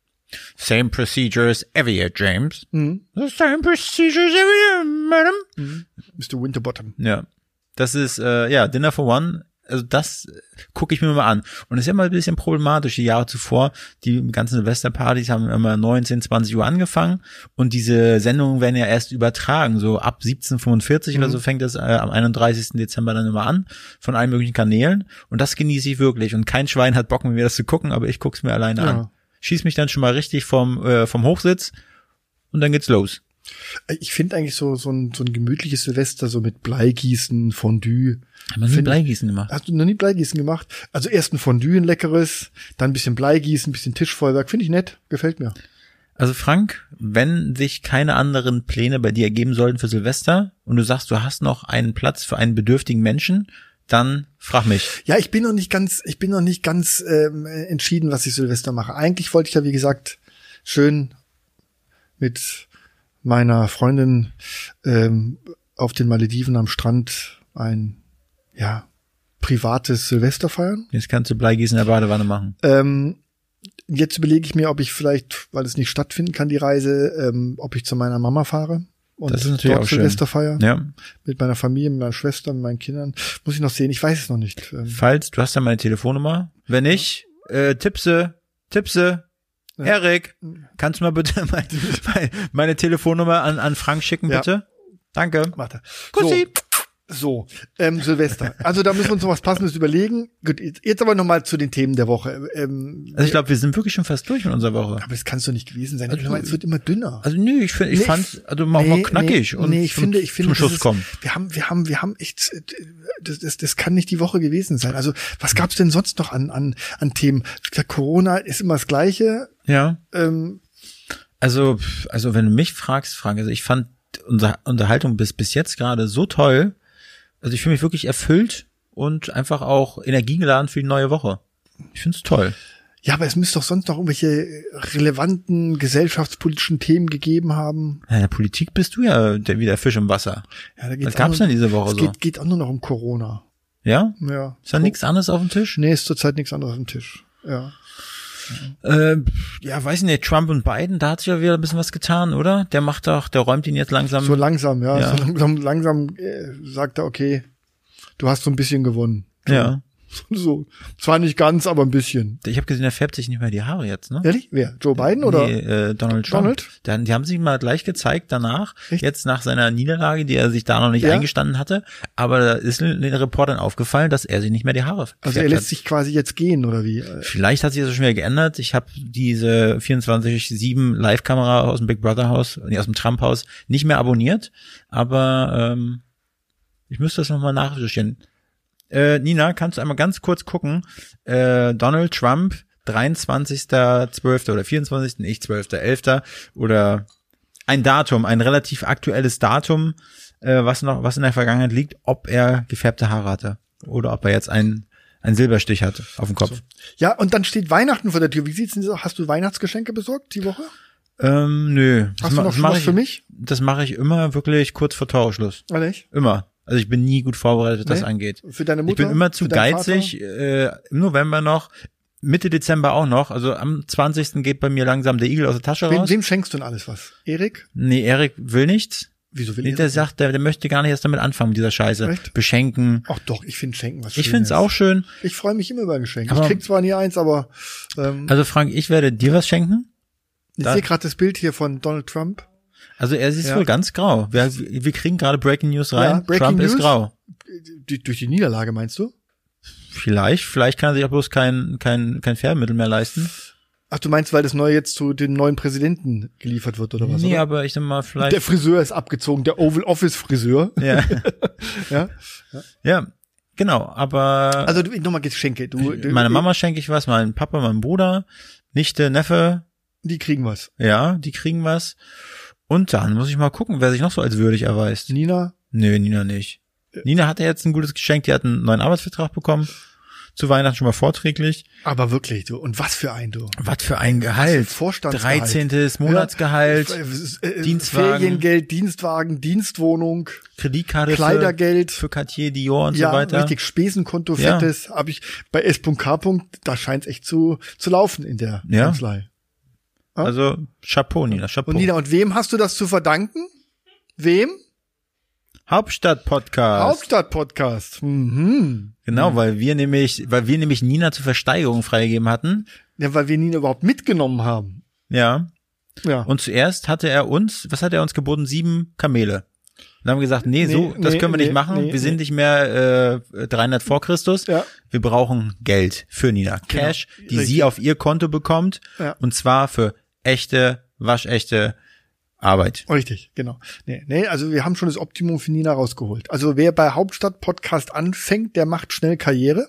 Speaker 3: same procedures every year, James.
Speaker 2: Mhm.
Speaker 3: The same procedures every year, madam.
Speaker 2: Mr. Winterbottom.
Speaker 3: Ja. Das ist, äh, ja, Dinner for One. Also das gucke ich mir mal an. Und es ist immer ein bisschen problematisch. Die Jahre zuvor, die ganzen Silvesterpartys haben immer 19, 20 Uhr angefangen und diese Sendungen werden ja erst übertragen. So ab 1745 oder so fängt das äh, am 31. Dezember dann immer an von allen möglichen Kanälen. Und das genieße ich wirklich. Und kein Schwein hat Bock, mit mir das zu gucken, aber ich gucke es mir alleine
Speaker 2: Ja.
Speaker 3: an. Schieß mich dann schon mal richtig vom, äh, vom Hochsitz und dann geht's los.
Speaker 2: Ich finde eigentlich so so ein, so ein gemütliches Silvester so mit Bleigießen, Fondue.
Speaker 3: Haben wir nie
Speaker 2: Find-
Speaker 3: Bleigießen gemacht?
Speaker 2: Hast du noch nie Bleigießen gemacht? Also erst ein Fondue, ein leckeres, dann ein bisschen Bleigießen, ein bisschen Tischfeuerwerk. Finde ich nett, gefällt mir.
Speaker 3: Also Frank, wenn sich keine anderen Pläne bei dir ergeben sollten für Silvester und du sagst, du hast noch einen Platz für einen bedürftigen Menschen, dann frag mich.
Speaker 2: Ja, ich bin noch nicht ganz, ich bin noch nicht ganz ähm, entschieden, was ich Silvester mache. Eigentlich wollte ich ja, wie gesagt, schön mit meiner Freundin ähm, auf den Malediven am Strand ein ja privates Silvester feiern.
Speaker 3: Jetzt kannst du Bleigießen in der Badewanne machen.
Speaker 2: Ähm, jetzt überlege ich mir, ob ich vielleicht, weil es nicht stattfinden kann, die Reise, ähm, ob ich zu meiner Mama fahre und
Speaker 3: Das ist natürlich
Speaker 2: dort
Speaker 3: auch schön.
Speaker 2: Silvester feiere
Speaker 3: Ja.
Speaker 2: mit meiner Familie, mit meiner Schwester, mit meinen Kindern. Muss ich noch sehen, ich weiß es noch nicht. Ähm,
Speaker 3: Falls, du hast ja meine Telefonnummer. Wenn nicht, äh, Tippse, Tippse,
Speaker 2: Ja.
Speaker 3: Erik, kannst du mal bitte mein, mein, meine Telefonnummer an, an Frank schicken,
Speaker 2: Ja.
Speaker 3: bitte? Danke. Also
Speaker 2: warte.
Speaker 3: Kussi.
Speaker 2: So, so ähm, Silvester. Also da müssen wir uns noch was Passendes überlegen. Gut, jetzt jetzt aber noch mal zu den Themen der Woche. Ähm,
Speaker 3: Also ich glaube, wir sind wirklich schon fast durch in unserer Woche.
Speaker 2: aber das kannst du nicht gewesen sein. Also, es wird immer dünner.
Speaker 3: Also nö, ich, find- ich
Speaker 2: Nee,
Speaker 3: fand's also mal, mal knackig
Speaker 2: nee,
Speaker 3: und
Speaker 2: nee, ich
Speaker 3: zum,
Speaker 2: finde, ich finde,
Speaker 3: zum
Speaker 2: das
Speaker 3: Schluss
Speaker 2: ist,
Speaker 3: kommen.
Speaker 2: Wir haben, wir haben, wir haben echt, äh, das, das, das kann nicht die Woche gewesen sein. Also was gab's denn sonst noch an, an, an Themen? Ja, Corona ist immer das Gleiche.
Speaker 3: Ja.
Speaker 2: Ähm,
Speaker 3: Also, pf, also wenn du mich fragst, Frank, also ich fand unsere Unterhaltung bis, bis jetzt gerade so toll. Also ich fühle mich wirklich erfüllt und einfach auch energiegeladen für die neue Woche. Ich find's toll.
Speaker 2: ja, aber es müsste doch sonst noch irgendwelche relevanten gesellschaftspolitischen Themen gegeben haben.
Speaker 3: Ja, in der Politik bist du ja der, wie der Fisch im Wasser.
Speaker 2: Ja, da
Speaker 3: Was
Speaker 2: auch
Speaker 3: gab's
Speaker 2: nur-
Speaker 3: denn diese Woche
Speaker 2: Es
Speaker 3: so?
Speaker 2: geht, geht auch nur noch um Corona.
Speaker 3: Ja?
Speaker 2: Ja.
Speaker 3: Ist da nichts anderes auf dem Tisch?
Speaker 2: Nee, ist zurzeit nichts anderes am Tisch. Ja.
Speaker 3: Äh, ja, weiß nicht, Trump und Biden, da hat sich ja wieder ein bisschen was getan, oder? Der macht doch, der räumt ihn jetzt langsam.
Speaker 2: So langsam, ja.
Speaker 3: Ja.
Speaker 2: So langsam, langsam äh, sagt er, okay, du hast so ein bisschen gewonnen.
Speaker 3: ja.
Speaker 2: So. Zwar nicht ganz, aber ein bisschen.
Speaker 3: genau. Ich habe gesehen, er färbt sich nicht mehr die Haare jetzt, ne?
Speaker 2: Ehrlich? Wer? Joe Biden oder?
Speaker 3: Nee, äh, Donald Trump.
Speaker 2: Donald?
Speaker 3: Dann, die haben sich mal gleich gezeigt danach,
Speaker 2: Echt?
Speaker 3: jetzt nach seiner Niederlage, die er sich da noch nicht
Speaker 2: Ja.
Speaker 3: eingestanden hatte. Aber da ist den Reportern aufgefallen, dass er sich nicht mehr die Haare
Speaker 2: Also er
Speaker 3: gefärbt
Speaker 2: lässt
Speaker 3: hat.
Speaker 2: sich quasi jetzt gehen oder wie?
Speaker 3: Äh, Vielleicht hat sich das schon wieder geändert. Ich habe diese 24-7 Live-Kamera aus dem Big Brother Haus, nee, aus dem Trump Haus, nicht mehr abonniert. Aber ähm, ich müsste das nochmal nachrecherchieren. Äh, Nina, kannst du einmal ganz kurz gucken? Äh, Donald Trump, 23.12. oder 24. Ich 12.11. oder ein Datum, ein relativ aktuelles Datum, äh, was noch, was in der Vergangenheit liegt, ob er gefärbte Haare hatte oder ob er jetzt einen, einen Silberstich hat auf dem Kopf.
Speaker 2: Ja, und dann steht Weihnachten vor der Tür. Wie sieht's denn so? Hast du Weihnachtsgeschenke besorgt die Woche?
Speaker 3: Ähm, nö. Das
Speaker 2: Hast
Speaker 3: ma-
Speaker 2: du noch
Speaker 3: das
Speaker 2: schon
Speaker 3: mach
Speaker 2: was
Speaker 3: ich-
Speaker 2: für mich?
Speaker 3: Das mache ich immer wirklich kurz vor Torschluss.
Speaker 2: Ehrlich?
Speaker 3: Immer. Also ich bin nie gut vorbereitet, was das
Speaker 2: Nee?
Speaker 3: angeht.
Speaker 2: Für deine
Speaker 3: Ich
Speaker 2: Mutter?
Speaker 3: bin immer zu
Speaker 2: Für deinen Vater?
Speaker 3: geizig, äh, im November noch, Mitte Dezember auch noch, also am 20. geht bei mir langsam der Igel aus der Tasche
Speaker 2: Wem,
Speaker 3: raus.
Speaker 2: wem schenkst du denn alles was? Erik?
Speaker 3: Nee, Erik will nichts.
Speaker 2: Wieso will
Speaker 3: Nee, der
Speaker 2: Erik?
Speaker 3: sagt, der, der möchte gar nicht erst damit anfangen, mit dieser Scheiße.
Speaker 2: Echt?
Speaker 3: Beschenken.
Speaker 2: Ach doch, ich finde Schenken was
Speaker 3: Ich
Speaker 2: Schönes.
Speaker 3: find's auch schön.
Speaker 2: Ich freue mich immer über ein Geschenk.
Speaker 3: Aber-
Speaker 2: ich krieg zwar nie eins, aber ähm,
Speaker 3: Also Frank, ich werde dir was schenken.
Speaker 2: ich
Speaker 3: da-
Speaker 2: sehe gerade das Bild hier von Donald Trump.
Speaker 3: Also er ist
Speaker 2: Ja.
Speaker 3: wohl ganz grau. Wir, wir kriegen gerade Breaking News rein.
Speaker 2: Ja, Breaking
Speaker 3: Trump ist
Speaker 2: News.
Speaker 3: grau.
Speaker 2: Die, durch die Niederlage meinst du?
Speaker 3: Vielleicht, vielleicht kann er sich auch bloß kein, kein, kein Fährmittel mehr leisten.
Speaker 2: Ach, du meinst, weil das neue jetzt zu dem neuen Präsidenten geliefert wird oder was?
Speaker 3: nee,
Speaker 2: oder?
Speaker 3: aber ich sag mal, vielleicht.
Speaker 2: Der Friseur ist abgezogen, der Oval Office Friseur.
Speaker 3: ja.
Speaker 2: Ja.
Speaker 3: ja, genau. Aber
Speaker 2: Also äh, du- nochmal Geschenke. Du, du,
Speaker 3: meiner Mama schenke ich was, meinem Papa, meinem Bruder, Nichte, Neffe,
Speaker 2: äh, Die kriegen was.
Speaker 3: ja, die kriegen was. Und dann muss ich mal gucken, wer sich noch so als würdig erweist.
Speaker 2: Nina,
Speaker 3: Nö, Nina nicht.
Speaker 2: Äh.
Speaker 3: Nina hatte jetzt ein gutes Geschenk, die hat einen neuen Arbeitsvertrag bekommen. Zu Weihnachten schon mal vorträglich.
Speaker 2: aber wirklich, du. Und was für ein, du.
Speaker 3: Was für ein Gehalt.
Speaker 2: Vorstandsgehalt.
Speaker 3: 13. Monatsgehalt,
Speaker 2: Ja, es ist, äh,
Speaker 3: Dienstwagen.
Speaker 2: Feriengeld, Dienstwagen, Dienstwohnung,
Speaker 3: Kreditkarte
Speaker 2: Kleidergeld.
Speaker 3: Für, für Cartier, Dior und
Speaker 2: ja,
Speaker 3: so weiter.
Speaker 2: richtig, Spesenkonto,
Speaker 3: Ja.
Speaker 2: fettes, hab ich bei S.K. da scheint's echt zu, zu laufen in der
Speaker 3: Ja.
Speaker 2: Kanzlei.
Speaker 3: Also Chapeau, Nina, Chapeau.
Speaker 2: Und Nina, und wem hast du das zu verdanken? Wem?
Speaker 3: Hauptstadt-Podcast.
Speaker 2: Hauptstadt-Podcast. Mhm.
Speaker 3: Genau, weil wir nämlich, weil wir nämlich Nina zur Versteigerung freigegeben hatten.
Speaker 2: Ja, weil wir Nina überhaupt mitgenommen haben.
Speaker 3: Ja.
Speaker 2: Ja.
Speaker 3: Und zuerst hatte er uns, was hat er uns geboten? Sieben Kamele. Und dann haben wir gesagt, nee,
Speaker 2: Nee,
Speaker 3: so, das
Speaker 2: nee,
Speaker 3: können wir nicht
Speaker 2: nee,
Speaker 3: machen.
Speaker 2: nee,
Speaker 3: wir sind nicht mehr äh, 300 vor Christus.
Speaker 2: Ja. Genau.
Speaker 3: Wir brauchen Geld für Nina. Cash, die
Speaker 2: Richtig.
Speaker 3: sie auf ihr Konto bekommt.
Speaker 2: Ja.
Speaker 3: Und zwar für echte, waschechte Arbeit.
Speaker 2: Richtig, genau. Nee, nee, also wir haben schon das Optimum für Nina rausgeholt. Also wer bei Hauptstadt-Podcast anfängt, der macht schnell Karriere.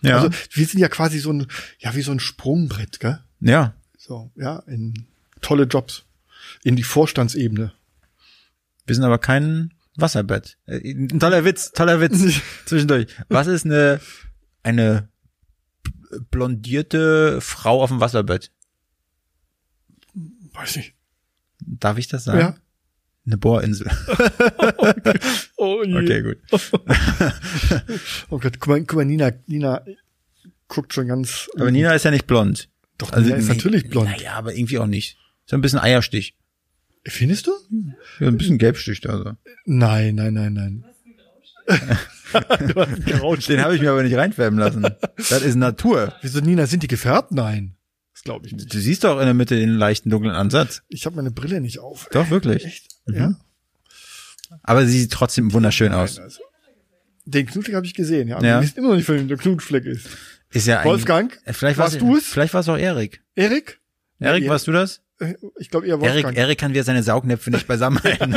Speaker 3: Ja.
Speaker 2: Also wir sind ja quasi so ein, ja, wie so ein Sprungbrett, gell?
Speaker 3: ja.
Speaker 2: So, ja, in tolle Jobs. In die Vorstandsebene.
Speaker 3: Wir sind aber kein Wasserbett. Äh, ein toller Witz, toller Witz zwischendurch. Was ist eine, eine blondierte Frau auf dem Wasserbett?
Speaker 2: Weiß nicht.
Speaker 3: Darf ich das sagen?
Speaker 2: Ja.
Speaker 3: Eine Bohrinsel.
Speaker 4: Oh je.
Speaker 3: Okay, gut.
Speaker 2: Oh Gott, guck mal, guck mal, Nina, Nina guckt schon ganz.
Speaker 3: Aber Nina ist ja nicht blond. Also
Speaker 2: doch, Nina ist
Speaker 3: nee,
Speaker 2: natürlich blond.
Speaker 3: Naja, aber irgendwie auch nicht. So ein bisschen Eierstich.
Speaker 2: Findest du?
Speaker 3: Ja, ein bisschen Gelbstich da so.
Speaker 2: Nein, nein, nein, nein.
Speaker 3: Den habe ich mir aber nicht reinfärben lassen. Das ist Natur.
Speaker 2: Wieso, Nina, sind die gefärbt? Nein. Das glaube ich nicht.
Speaker 3: Du siehst doch in der Mitte den leichten dunklen Ansatz.
Speaker 2: Ich habe meine Brille nicht auf.
Speaker 3: Doch, wirklich. Mhm.
Speaker 2: Echt? Ja.
Speaker 3: Aber sie sieht trotzdem wunderschön aus.
Speaker 2: Den Knutfleck habe ich gesehen, ja. Aber
Speaker 3: Ja.
Speaker 2: Wir wissen immer noch nicht, von wem der Knutfleck ist.
Speaker 3: Ist ja eigentlich-
Speaker 2: Wolfgang?
Speaker 3: Äh, Vielleicht
Speaker 2: Warst
Speaker 3: war's-
Speaker 2: du es?
Speaker 3: Vielleicht war es auch Erik.
Speaker 2: Erik?
Speaker 3: Erik,
Speaker 2: Ja,
Speaker 3: warst du das?
Speaker 2: Äh, Ich glaube eher Wolfgang.
Speaker 3: Erik, Erik kann wieder seine Saugnäpfe nicht beisammen halten.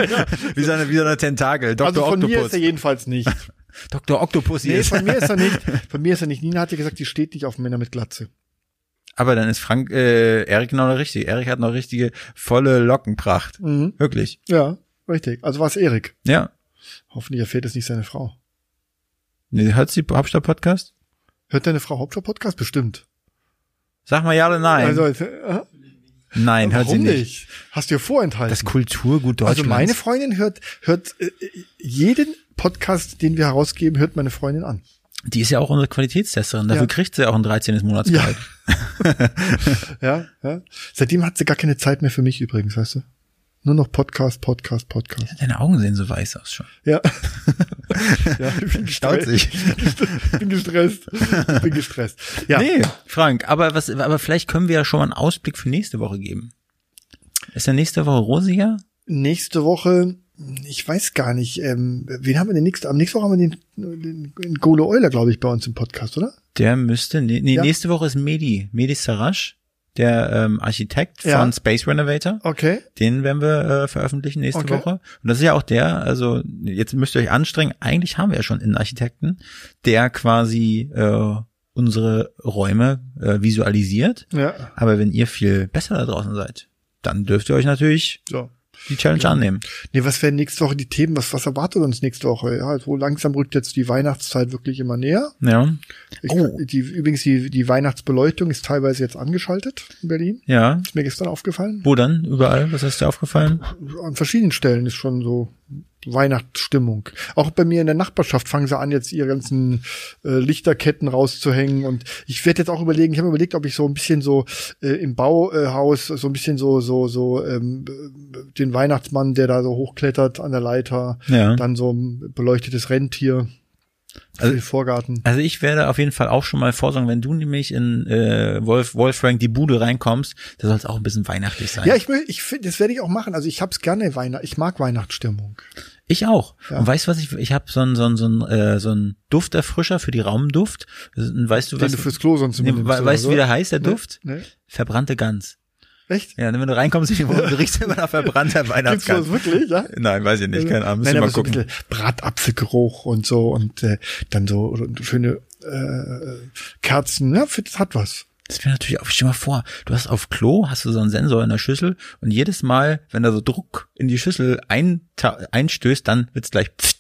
Speaker 3: wie, so eine, wie so eine Tentakel. Dr.
Speaker 2: also von mir ist
Speaker 3: Octopus.
Speaker 2: er jedenfalls nicht.
Speaker 3: Dr. Octopus hier
Speaker 2: Nee,
Speaker 3: ist.
Speaker 2: von mir ist er nicht. Von mir ist er nicht. Nina hat ja gesagt, die steht nicht auf Männer mit Glatze.
Speaker 3: Aber dann ist Frank, äh, Erik genau der Richtige. Erik hat noch richtige, volle Lockenpracht.
Speaker 2: Mhm.
Speaker 3: Wirklich.
Speaker 2: Ja, richtig. Also war es Erik.
Speaker 3: Ja.
Speaker 2: Hoffentlich erfährt es nicht seine Frau.
Speaker 3: Nee, hört sie Hauptstadt-Podcast?
Speaker 2: Hört deine Frau Hauptstadt-Podcast? Bestimmt.
Speaker 3: Sag mal ja oder nein.
Speaker 2: Also, äh,
Speaker 3: nein, hört sie
Speaker 2: warum
Speaker 3: nicht.
Speaker 2: nicht? Hast du ihr vorenthalten?
Speaker 3: Das Kulturgut Deutschlands.
Speaker 2: also meine Freundin hört, hört äh, jeden Podcast, den wir herausgeben, hört meine Freundin an.
Speaker 3: Die ist ja auch unsere Qualitätstesterin. Dafür
Speaker 2: Ja.
Speaker 3: kriegt sie auch ein 13. Monatsgehalt.
Speaker 2: Ja, ja. Seitdem hat sie gar keine Zeit mehr für mich übrigens, weißt du? Nur noch Podcast, Podcast, Podcast.
Speaker 3: Deine Augen sehen so weiß aus schon.
Speaker 2: Ja. ja ich bin
Speaker 3: Staut sich.
Speaker 2: Ich bin gestresst. Ich bin gestresst. Ja.
Speaker 3: Nee, Frank, aber was, aber vielleicht können wir ja schon mal einen Ausblick für nächste Woche geben. Ist ja nächste Woche rosiger?
Speaker 2: Nächste Woche, ich weiß gar nicht, ähm, wen haben wir denn nächste? Am nächsten Woche haben wir den, den, den Golo Euler, glaube ich, bei uns im Podcast, oder?
Speaker 3: Der müsste, nee, nee
Speaker 2: Ja.
Speaker 3: nächste Woche ist Medi, Medi Sarasch. der ähm, Architekt von
Speaker 2: Ja.
Speaker 3: Space Renovator.
Speaker 2: Okay.
Speaker 3: Den werden wir äh, veröffentlichen nächste
Speaker 2: Okay.
Speaker 3: Woche. Und das ist ja auch der, also jetzt müsst ihr euch anstrengen, eigentlich haben wir ja schon einen Architekten, der quasi äh, unsere Räume äh, visualisiert.
Speaker 2: Ja.
Speaker 3: Aber wenn ihr viel besser da draußen seid, dann dürft ihr euch natürlich
Speaker 2: So.
Speaker 3: die Challenge annehmen.
Speaker 2: Nee, was werden nächste Woche die Themen? Was, was erwartet uns nächste Woche? Ja, so langsam rückt jetzt die Weihnachtszeit wirklich immer näher.
Speaker 3: Ja.
Speaker 2: Ich,
Speaker 3: Oh.
Speaker 2: die, übrigens, die, die Weihnachtsbeleuchtung ist teilweise jetzt angeschaltet in Berlin.
Speaker 3: Ja.
Speaker 2: Ist mir gestern aufgefallen.
Speaker 3: Wo dann? Überall? Was ist dir aufgefallen?
Speaker 2: An verschiedenen Stellen ist schon so Weihnachtsstimmung. Auch bei mir in der Nachbarschaft fangen sie an, jetzt ihre ganzen äh, Lichterketten rauszuhängen. Und ich werde jetzt auch überlegen, ich habe überlegt, ob ich so ein bisschen so äh, im Bauhaus, so ein bisschen so, so, so ähm, den Weihnachtsmann, der da so hochklettert an der Leiter,
Speaker 3: Ja.
Speaker 2: dann so ein beleuchtetes Rentier. Für
Speaker 3: Mhm. Also-
Speaker 2: den Vorgarten.
Speaker 3: Also ich werde auf jeden Fall auch schon mal vorsorgen, wenn du nämlich in äh, Wolf, Wolfgang die Bude reinkommst, da soll es auch ein bisschen weihnachtlich sein.
Speaker 2: Ja, ich, mö- ich find, das werde ich auch machen. Also ich hab's gerne Weihnacht, ich mag Weihnachtsstimmung.
Speaker 3: Ich auch.
Speaker 2: Ja.
Speaker 3: Und weißt du was, ich, ich habe so einen so einen- so einen, äh, so einen Dufterfrischer für die Raumduft. Und weißt du,
Speaker 2: Wenn
Speaker 3: was,
Speaker 2: du fürs Klo sonst
Speaker 3: nee,
Speaker 2: benutzt
Speaker 3: we
Speaker 2: oder
Speaker 3: weißt du,
Speaker 2: so.
Speaker 3: wie der heißt, der
Speaker 2: Ne?
Speaker 3: Duft?
Speaker 2: Ne?
Speaker 3: Verbrannte Gans.
Speaker 2: Echt?
Speaker 3: Ja, wenn du reinkommst in die Wohnung, du riechst immer nach verbrannter
Speaker 2: Gibt's das
Speaker 3: Weihnachtsgans.
Speaker 2: wirklich, ja?
Speaker 3: Nein, weiß ich nicht, keine Ahnung, müssen
Speaker 2: Nein,
Speaker 3: wir
Speaker 2: aber
Speaker 3: mal
Speaker 2: so ein
Speaker 3: gucken.
Speaker 2: bisschen Bratapfelgeruch und so und äh, dann so oder schöne äh, Kerzen. Ja, das hat was.
Speaker 3: Das wäre natürlich auch, stell dir mal vor, du hast auf Klo, hast du so einen Sensor in der Schüssel und jedes Mal, wenn da so Druck in die Schüssel ein, einstößt, dann wird's gleich pfft.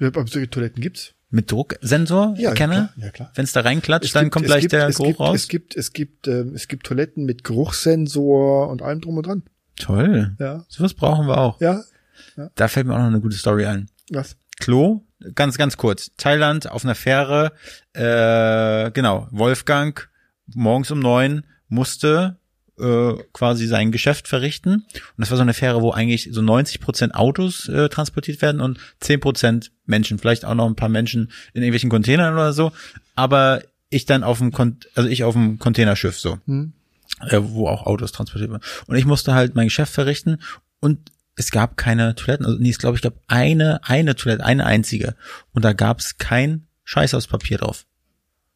Speaker 2: Ja, aber solche Toiletten gibt's.
Speaker 3: mit Drucksensor
Speaker 2: Ja,
Speaker 3: erkenne.
Speaker 2: klar, ja, klar.
Speaker 3: Wenn's da reinklatscht,
Speaker 2: Es
Speaker 3: dann
Speaker 2: gibt-
Speaker 3: kommt
Speaker 2: es
Speaker 3: gleich
Speaker 2: gibt-
Speaker 3: der
Speaker 2: es
Speaker 3: Geruch
Speaker 2: gibt,
Speaker 3: raus.
Speaker 2: Es gibt, es gibt, ähm, es gibt Toiletten mit Geruchssensor und allem drum und dran.
Speaker 3: Toll.
Speaker 2: Ja.
Speaker 3: Sowas brauchen wir auch.
Speaker 2: Ja,
Speaker 3: Da fällt mir auch noch eine gute Story ein.
Speaker 2: was?
Speaker 3: Klo, ganz, ganz kurz. Thailand auf einer Fähre, äh, genau, Wolfgang morgens um neun musste äh, quasi sein Geschäft verrichten. Und das war so eine Fähre, wo eigentlich so 90 Prozent Autos äh, transportiert werden und 10 Prozent Menschen, vielleicht auch noch ein paar Menschen in irgendwelchen Containern oder so. Aber ich dann auf dem, Kon also ich auf dem Containerschiff so
Speaker 2: Hm.
Speaker 3: äh, wo auch Autos transportiert werden. Und ich musste halt mein Geschäft verrichten und es gab keine Toiletten. Also nee, es glaube ich gab eine, eine Toilette, eine einzige. Und da gab es kein Scheiß aus Papier drauf.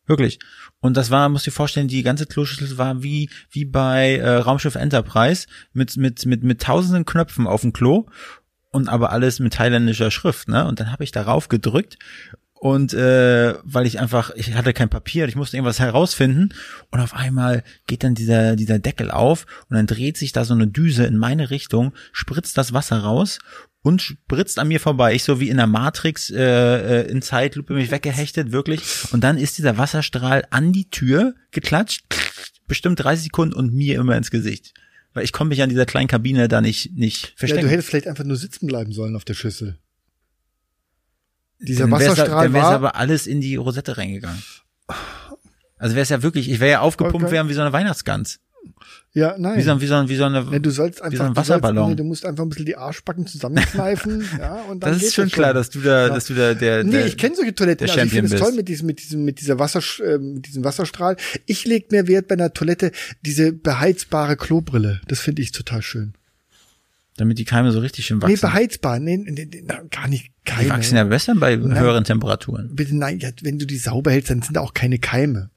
Speaker 3: Wirklich. Und das war, musst du dir vorstellen, die ganze Kloschüssel war wie, wie bei äh, Raumschiff Enterprise mit, mit, mit, mit tausenden Knöpfen auf dem Klo und aber alles mit thailändischer Schrift, ne? Und dann habe ich darauf gedrückt und äh, weil ich einfach, ich hatte kein Papier, ich musste irgendwas herausfinden und auf einmal geht dann dieser, dieser Deckel auf und dann dreht sich da so eine Düse in meine Richtung, spritzt das Wasser raus und spritzt an mir vorbei. Ich so wie in der Matrix äh, äh, in Zeitlupe mich weggehechtet, wirklich. Und dann ist dieser Wasserstrahl an die Tür geklatscht, bestimmt 30 Sekunden und mir immer ins Gesicht. Weil ich konnte mich an dieser kleinen Kabine da nicht, nicht
Speaker 2: Ja,
Speaker 3: verstecken.
Speaker 2: du hättest vielleicht einfach nur sitzen bleiben sollen auf der Schüssel. Dieser
Speaker 3: dann wär's-
Speaker 2: Wasserstrahl
Speaker 3: dann wär's
Speaker 2: war-
Speaker 3: aber alles in die Rosette reingegangen. Also wäre es ja wirklich, ich wäre ja aufgepumpt
Speaker 2: Okay.
Speaker 3: werden wie so eine Weihnachtsgans.
Speaker 2: Ja, nein.
Speaker 3: Wie so, wie so, wie so eine,
Speaker 2: Ja, du sollst
Speaker 3: wie
Speaker 2: einfach
Speaker 3: so ein
Speaker 2: du sollst-
Speaker 3: Wasserballon.
Speaker 2: nee, du musst einfach ein bisschen die Arschbacken zusammenkneifen, ja, und dann
Speaker 3: das
Speaker 2: geht
Speaker 3: ist schon klar, dass du da,
Speaker 2: Ja.
Speaker 3: dass du da Äh, der, der
Speaker 2: Nee, ich kenne solche Toiletten.
Speaker 3: der
Speaker 2: Also ich
Speaker 3: Champion
Speaker 2: finde es toll
Speaker 3: bist.
Speaker 2: mit diesem, mit diesem, mit dieser Wasser, äh, mit diesem Wasserstrahl. Ich leg mehr Wert bei einer Toilette diese beheizbare Klobrille. Das finde ich total schön.
Speaker 3: damit die Keime so richtig schön
Speaker 2: Nee,
Speaker 3: wachsen.
Speaker 2: beheizbar. Nee, nee, nee na, gar nicht
Speaker 3: die
Speaker 2: Keime.
Speaker 3: wachsen ja besser bei höheren Temperaturen.
Speaker 2: Bitte nein, ja, wenn du die sauber hältst, dann sind da auch keine Keime.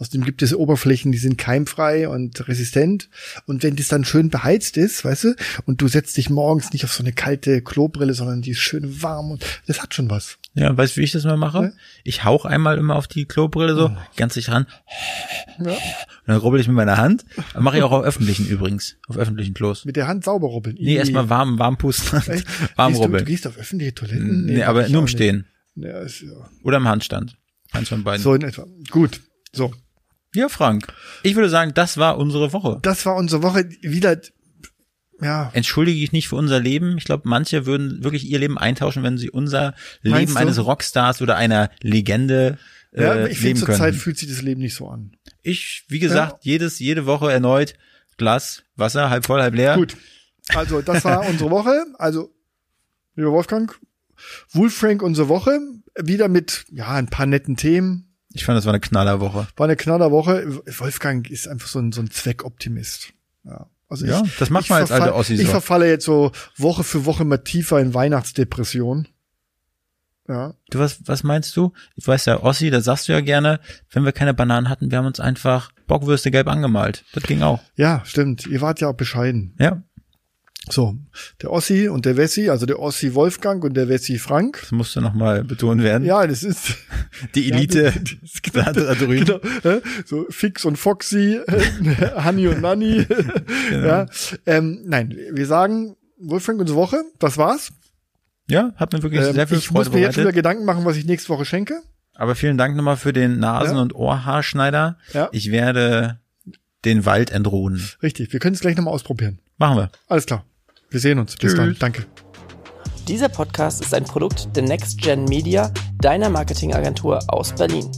Speaker 2: Außerdem gibt es Oberflächen, die sind keimfrei und resistent. Und wenn das dann schön beheizt ist, weißt du, und du setzt dich morgens nicht auf so eine kalte Klobrille, sondern die ist schön warm und das hat schon was.
Speaker 3: Ja, weißt du, wie ich das mal mache?
Speaker 2: Ja. Oh.
Speaker 3: Ich hauch einmal immer auf die Klobrille so, ganz dicht ran,
Speaker 2: Ja.
Speaker 3: und dann rubbel ich mit meiner Hand. Mache ich auch auf öffentlichen übrigens, auf öffentlichen Klos.
Speaker 2: Mit der Hand sauber rubbeln.
Speaker 3: Nee, erstmal warm, warm pusten,
Speaker 2: Echt?
Speaker 3: warm
Speaker 2: Gehst du, du
Speaker 3: rubbeln.
Speaker 2: gehst auf öffentliche Toiletten?
Speaker 3: Nee,
Speaker 2: mach
Speaker 3: aber
Speaker 2: ich
Speaker 3: nur
Speaker 2: auch
Speaker 3: im
Speaker 2: nicht.
Speaker 3: Stehen.
Speaker 2: Ja, ist, ja.
Speaker 3: Oder im Handstand. Eins von beiden.
Speaker 2: So in etwa. Gut. So.
Speaker 3: Ja, Frank. Ich würde sagen, das war unsere Woche.
Speaker 2: Das war unsere Woche wieder, ja.
Speaker 3: Entschuldige ich nicht für unser Leben. Ich glaube, manche würden wirklich ihr Leben eintauschen, wenn sie unser
Speaker 2: Meinst
Speaker 3: Leben
Speaker 2: du?
Speaker 3: eines Rockstars oder einer Legende äh,
Speaker 2: ja ich
Speaker 3: leben
Speaker 2: finde, zurzeit
Speaker 3: können.
Speaker 2: fühlt sich das Leben nicht so an.
Speaker 3: Ich, wie gesagt, jedes, jede Woche erneut Glas Wasser, halb voll, halb leer.
Speaker 2: Gut. Also, das war unsere Woche. Also, lieber Wolfgang, Wolfrank unsere Woche. Wieder mit, ja, ein paar netten Themen.
Speaker 3: Ich fand, das war eine Knallerwoche.
Speaker 2: War eine knaller Woche. Wolfgang ist einfach so ein, so ein Zweckoptimist. Ja. Also
Speaker 3: Ja, das macht man also als
Speaker 2: verfall-
Speaker 3: alte Ossi
Speaker 2: Ich
Speaker 3: so.
Speaker 2: verfalle jetzt so Woche für Woche mal tiefer in Weihnachtsdepression. Ja.
Speaker 3: Du, was, was meinst du? Ich weiß ja, Ossi, das sagst du ja gerne. Wenn wir keine Bananen hatten, wir haben uns einfach Bockwürste gelb angemalt. Das ging auch.
Speaker 2: Ja, stimmt. Ihr wart ja auch bescheiden.
Speaker 3: Ja.
Speaker 2: So, der Ossi und der Wessi, also der Ossi Wolfgang und der Wessi Frank.
Speaker 3: Das musste nochmal betont werden.
Speaker 2: Ja, das ist
Speaker 3: Die Elite da, da drüben.
Speaker 2: genau, äh, so Fix und Foxy, äh, Hanni und Nanni.
Speaker 3: Genau.
Speaker 2: Ja, ähm, nein, wir sagen Wolfgang unsere Woche, das war's.
Speaker 3: Ja, hat mir wirklich
Speaker 2: Ähm,
Speaker 3: sehr viel
Speaker 2: ich muss
Speaker 3: Freude
Speaker 2: mir jetzt wieder
Speaker 3: bereitet.
Speaker 2: Gedanken machen, was ich nächste Woche schenke.
Speaker 3: Aber vielen Dank nochmal für den Nasen-
Speaker 2: Ja.
Speaker 3: und Ohrhaarschneider.
Speaker 2: Ja.
Speaker 3: Ich werde den Wald entroden.
Speaker 2: Richtig, wir können es gleich nochmal ausprobieren.
Speaker 3: Machen wir.
Speaker 2: Alles klar. Wir sehen uns. Bis dann. Danke.
Speaker 5: Dieser Podcast ist ein Produkt der Next Gen Media, deiner Marketingagentur aus Berlin.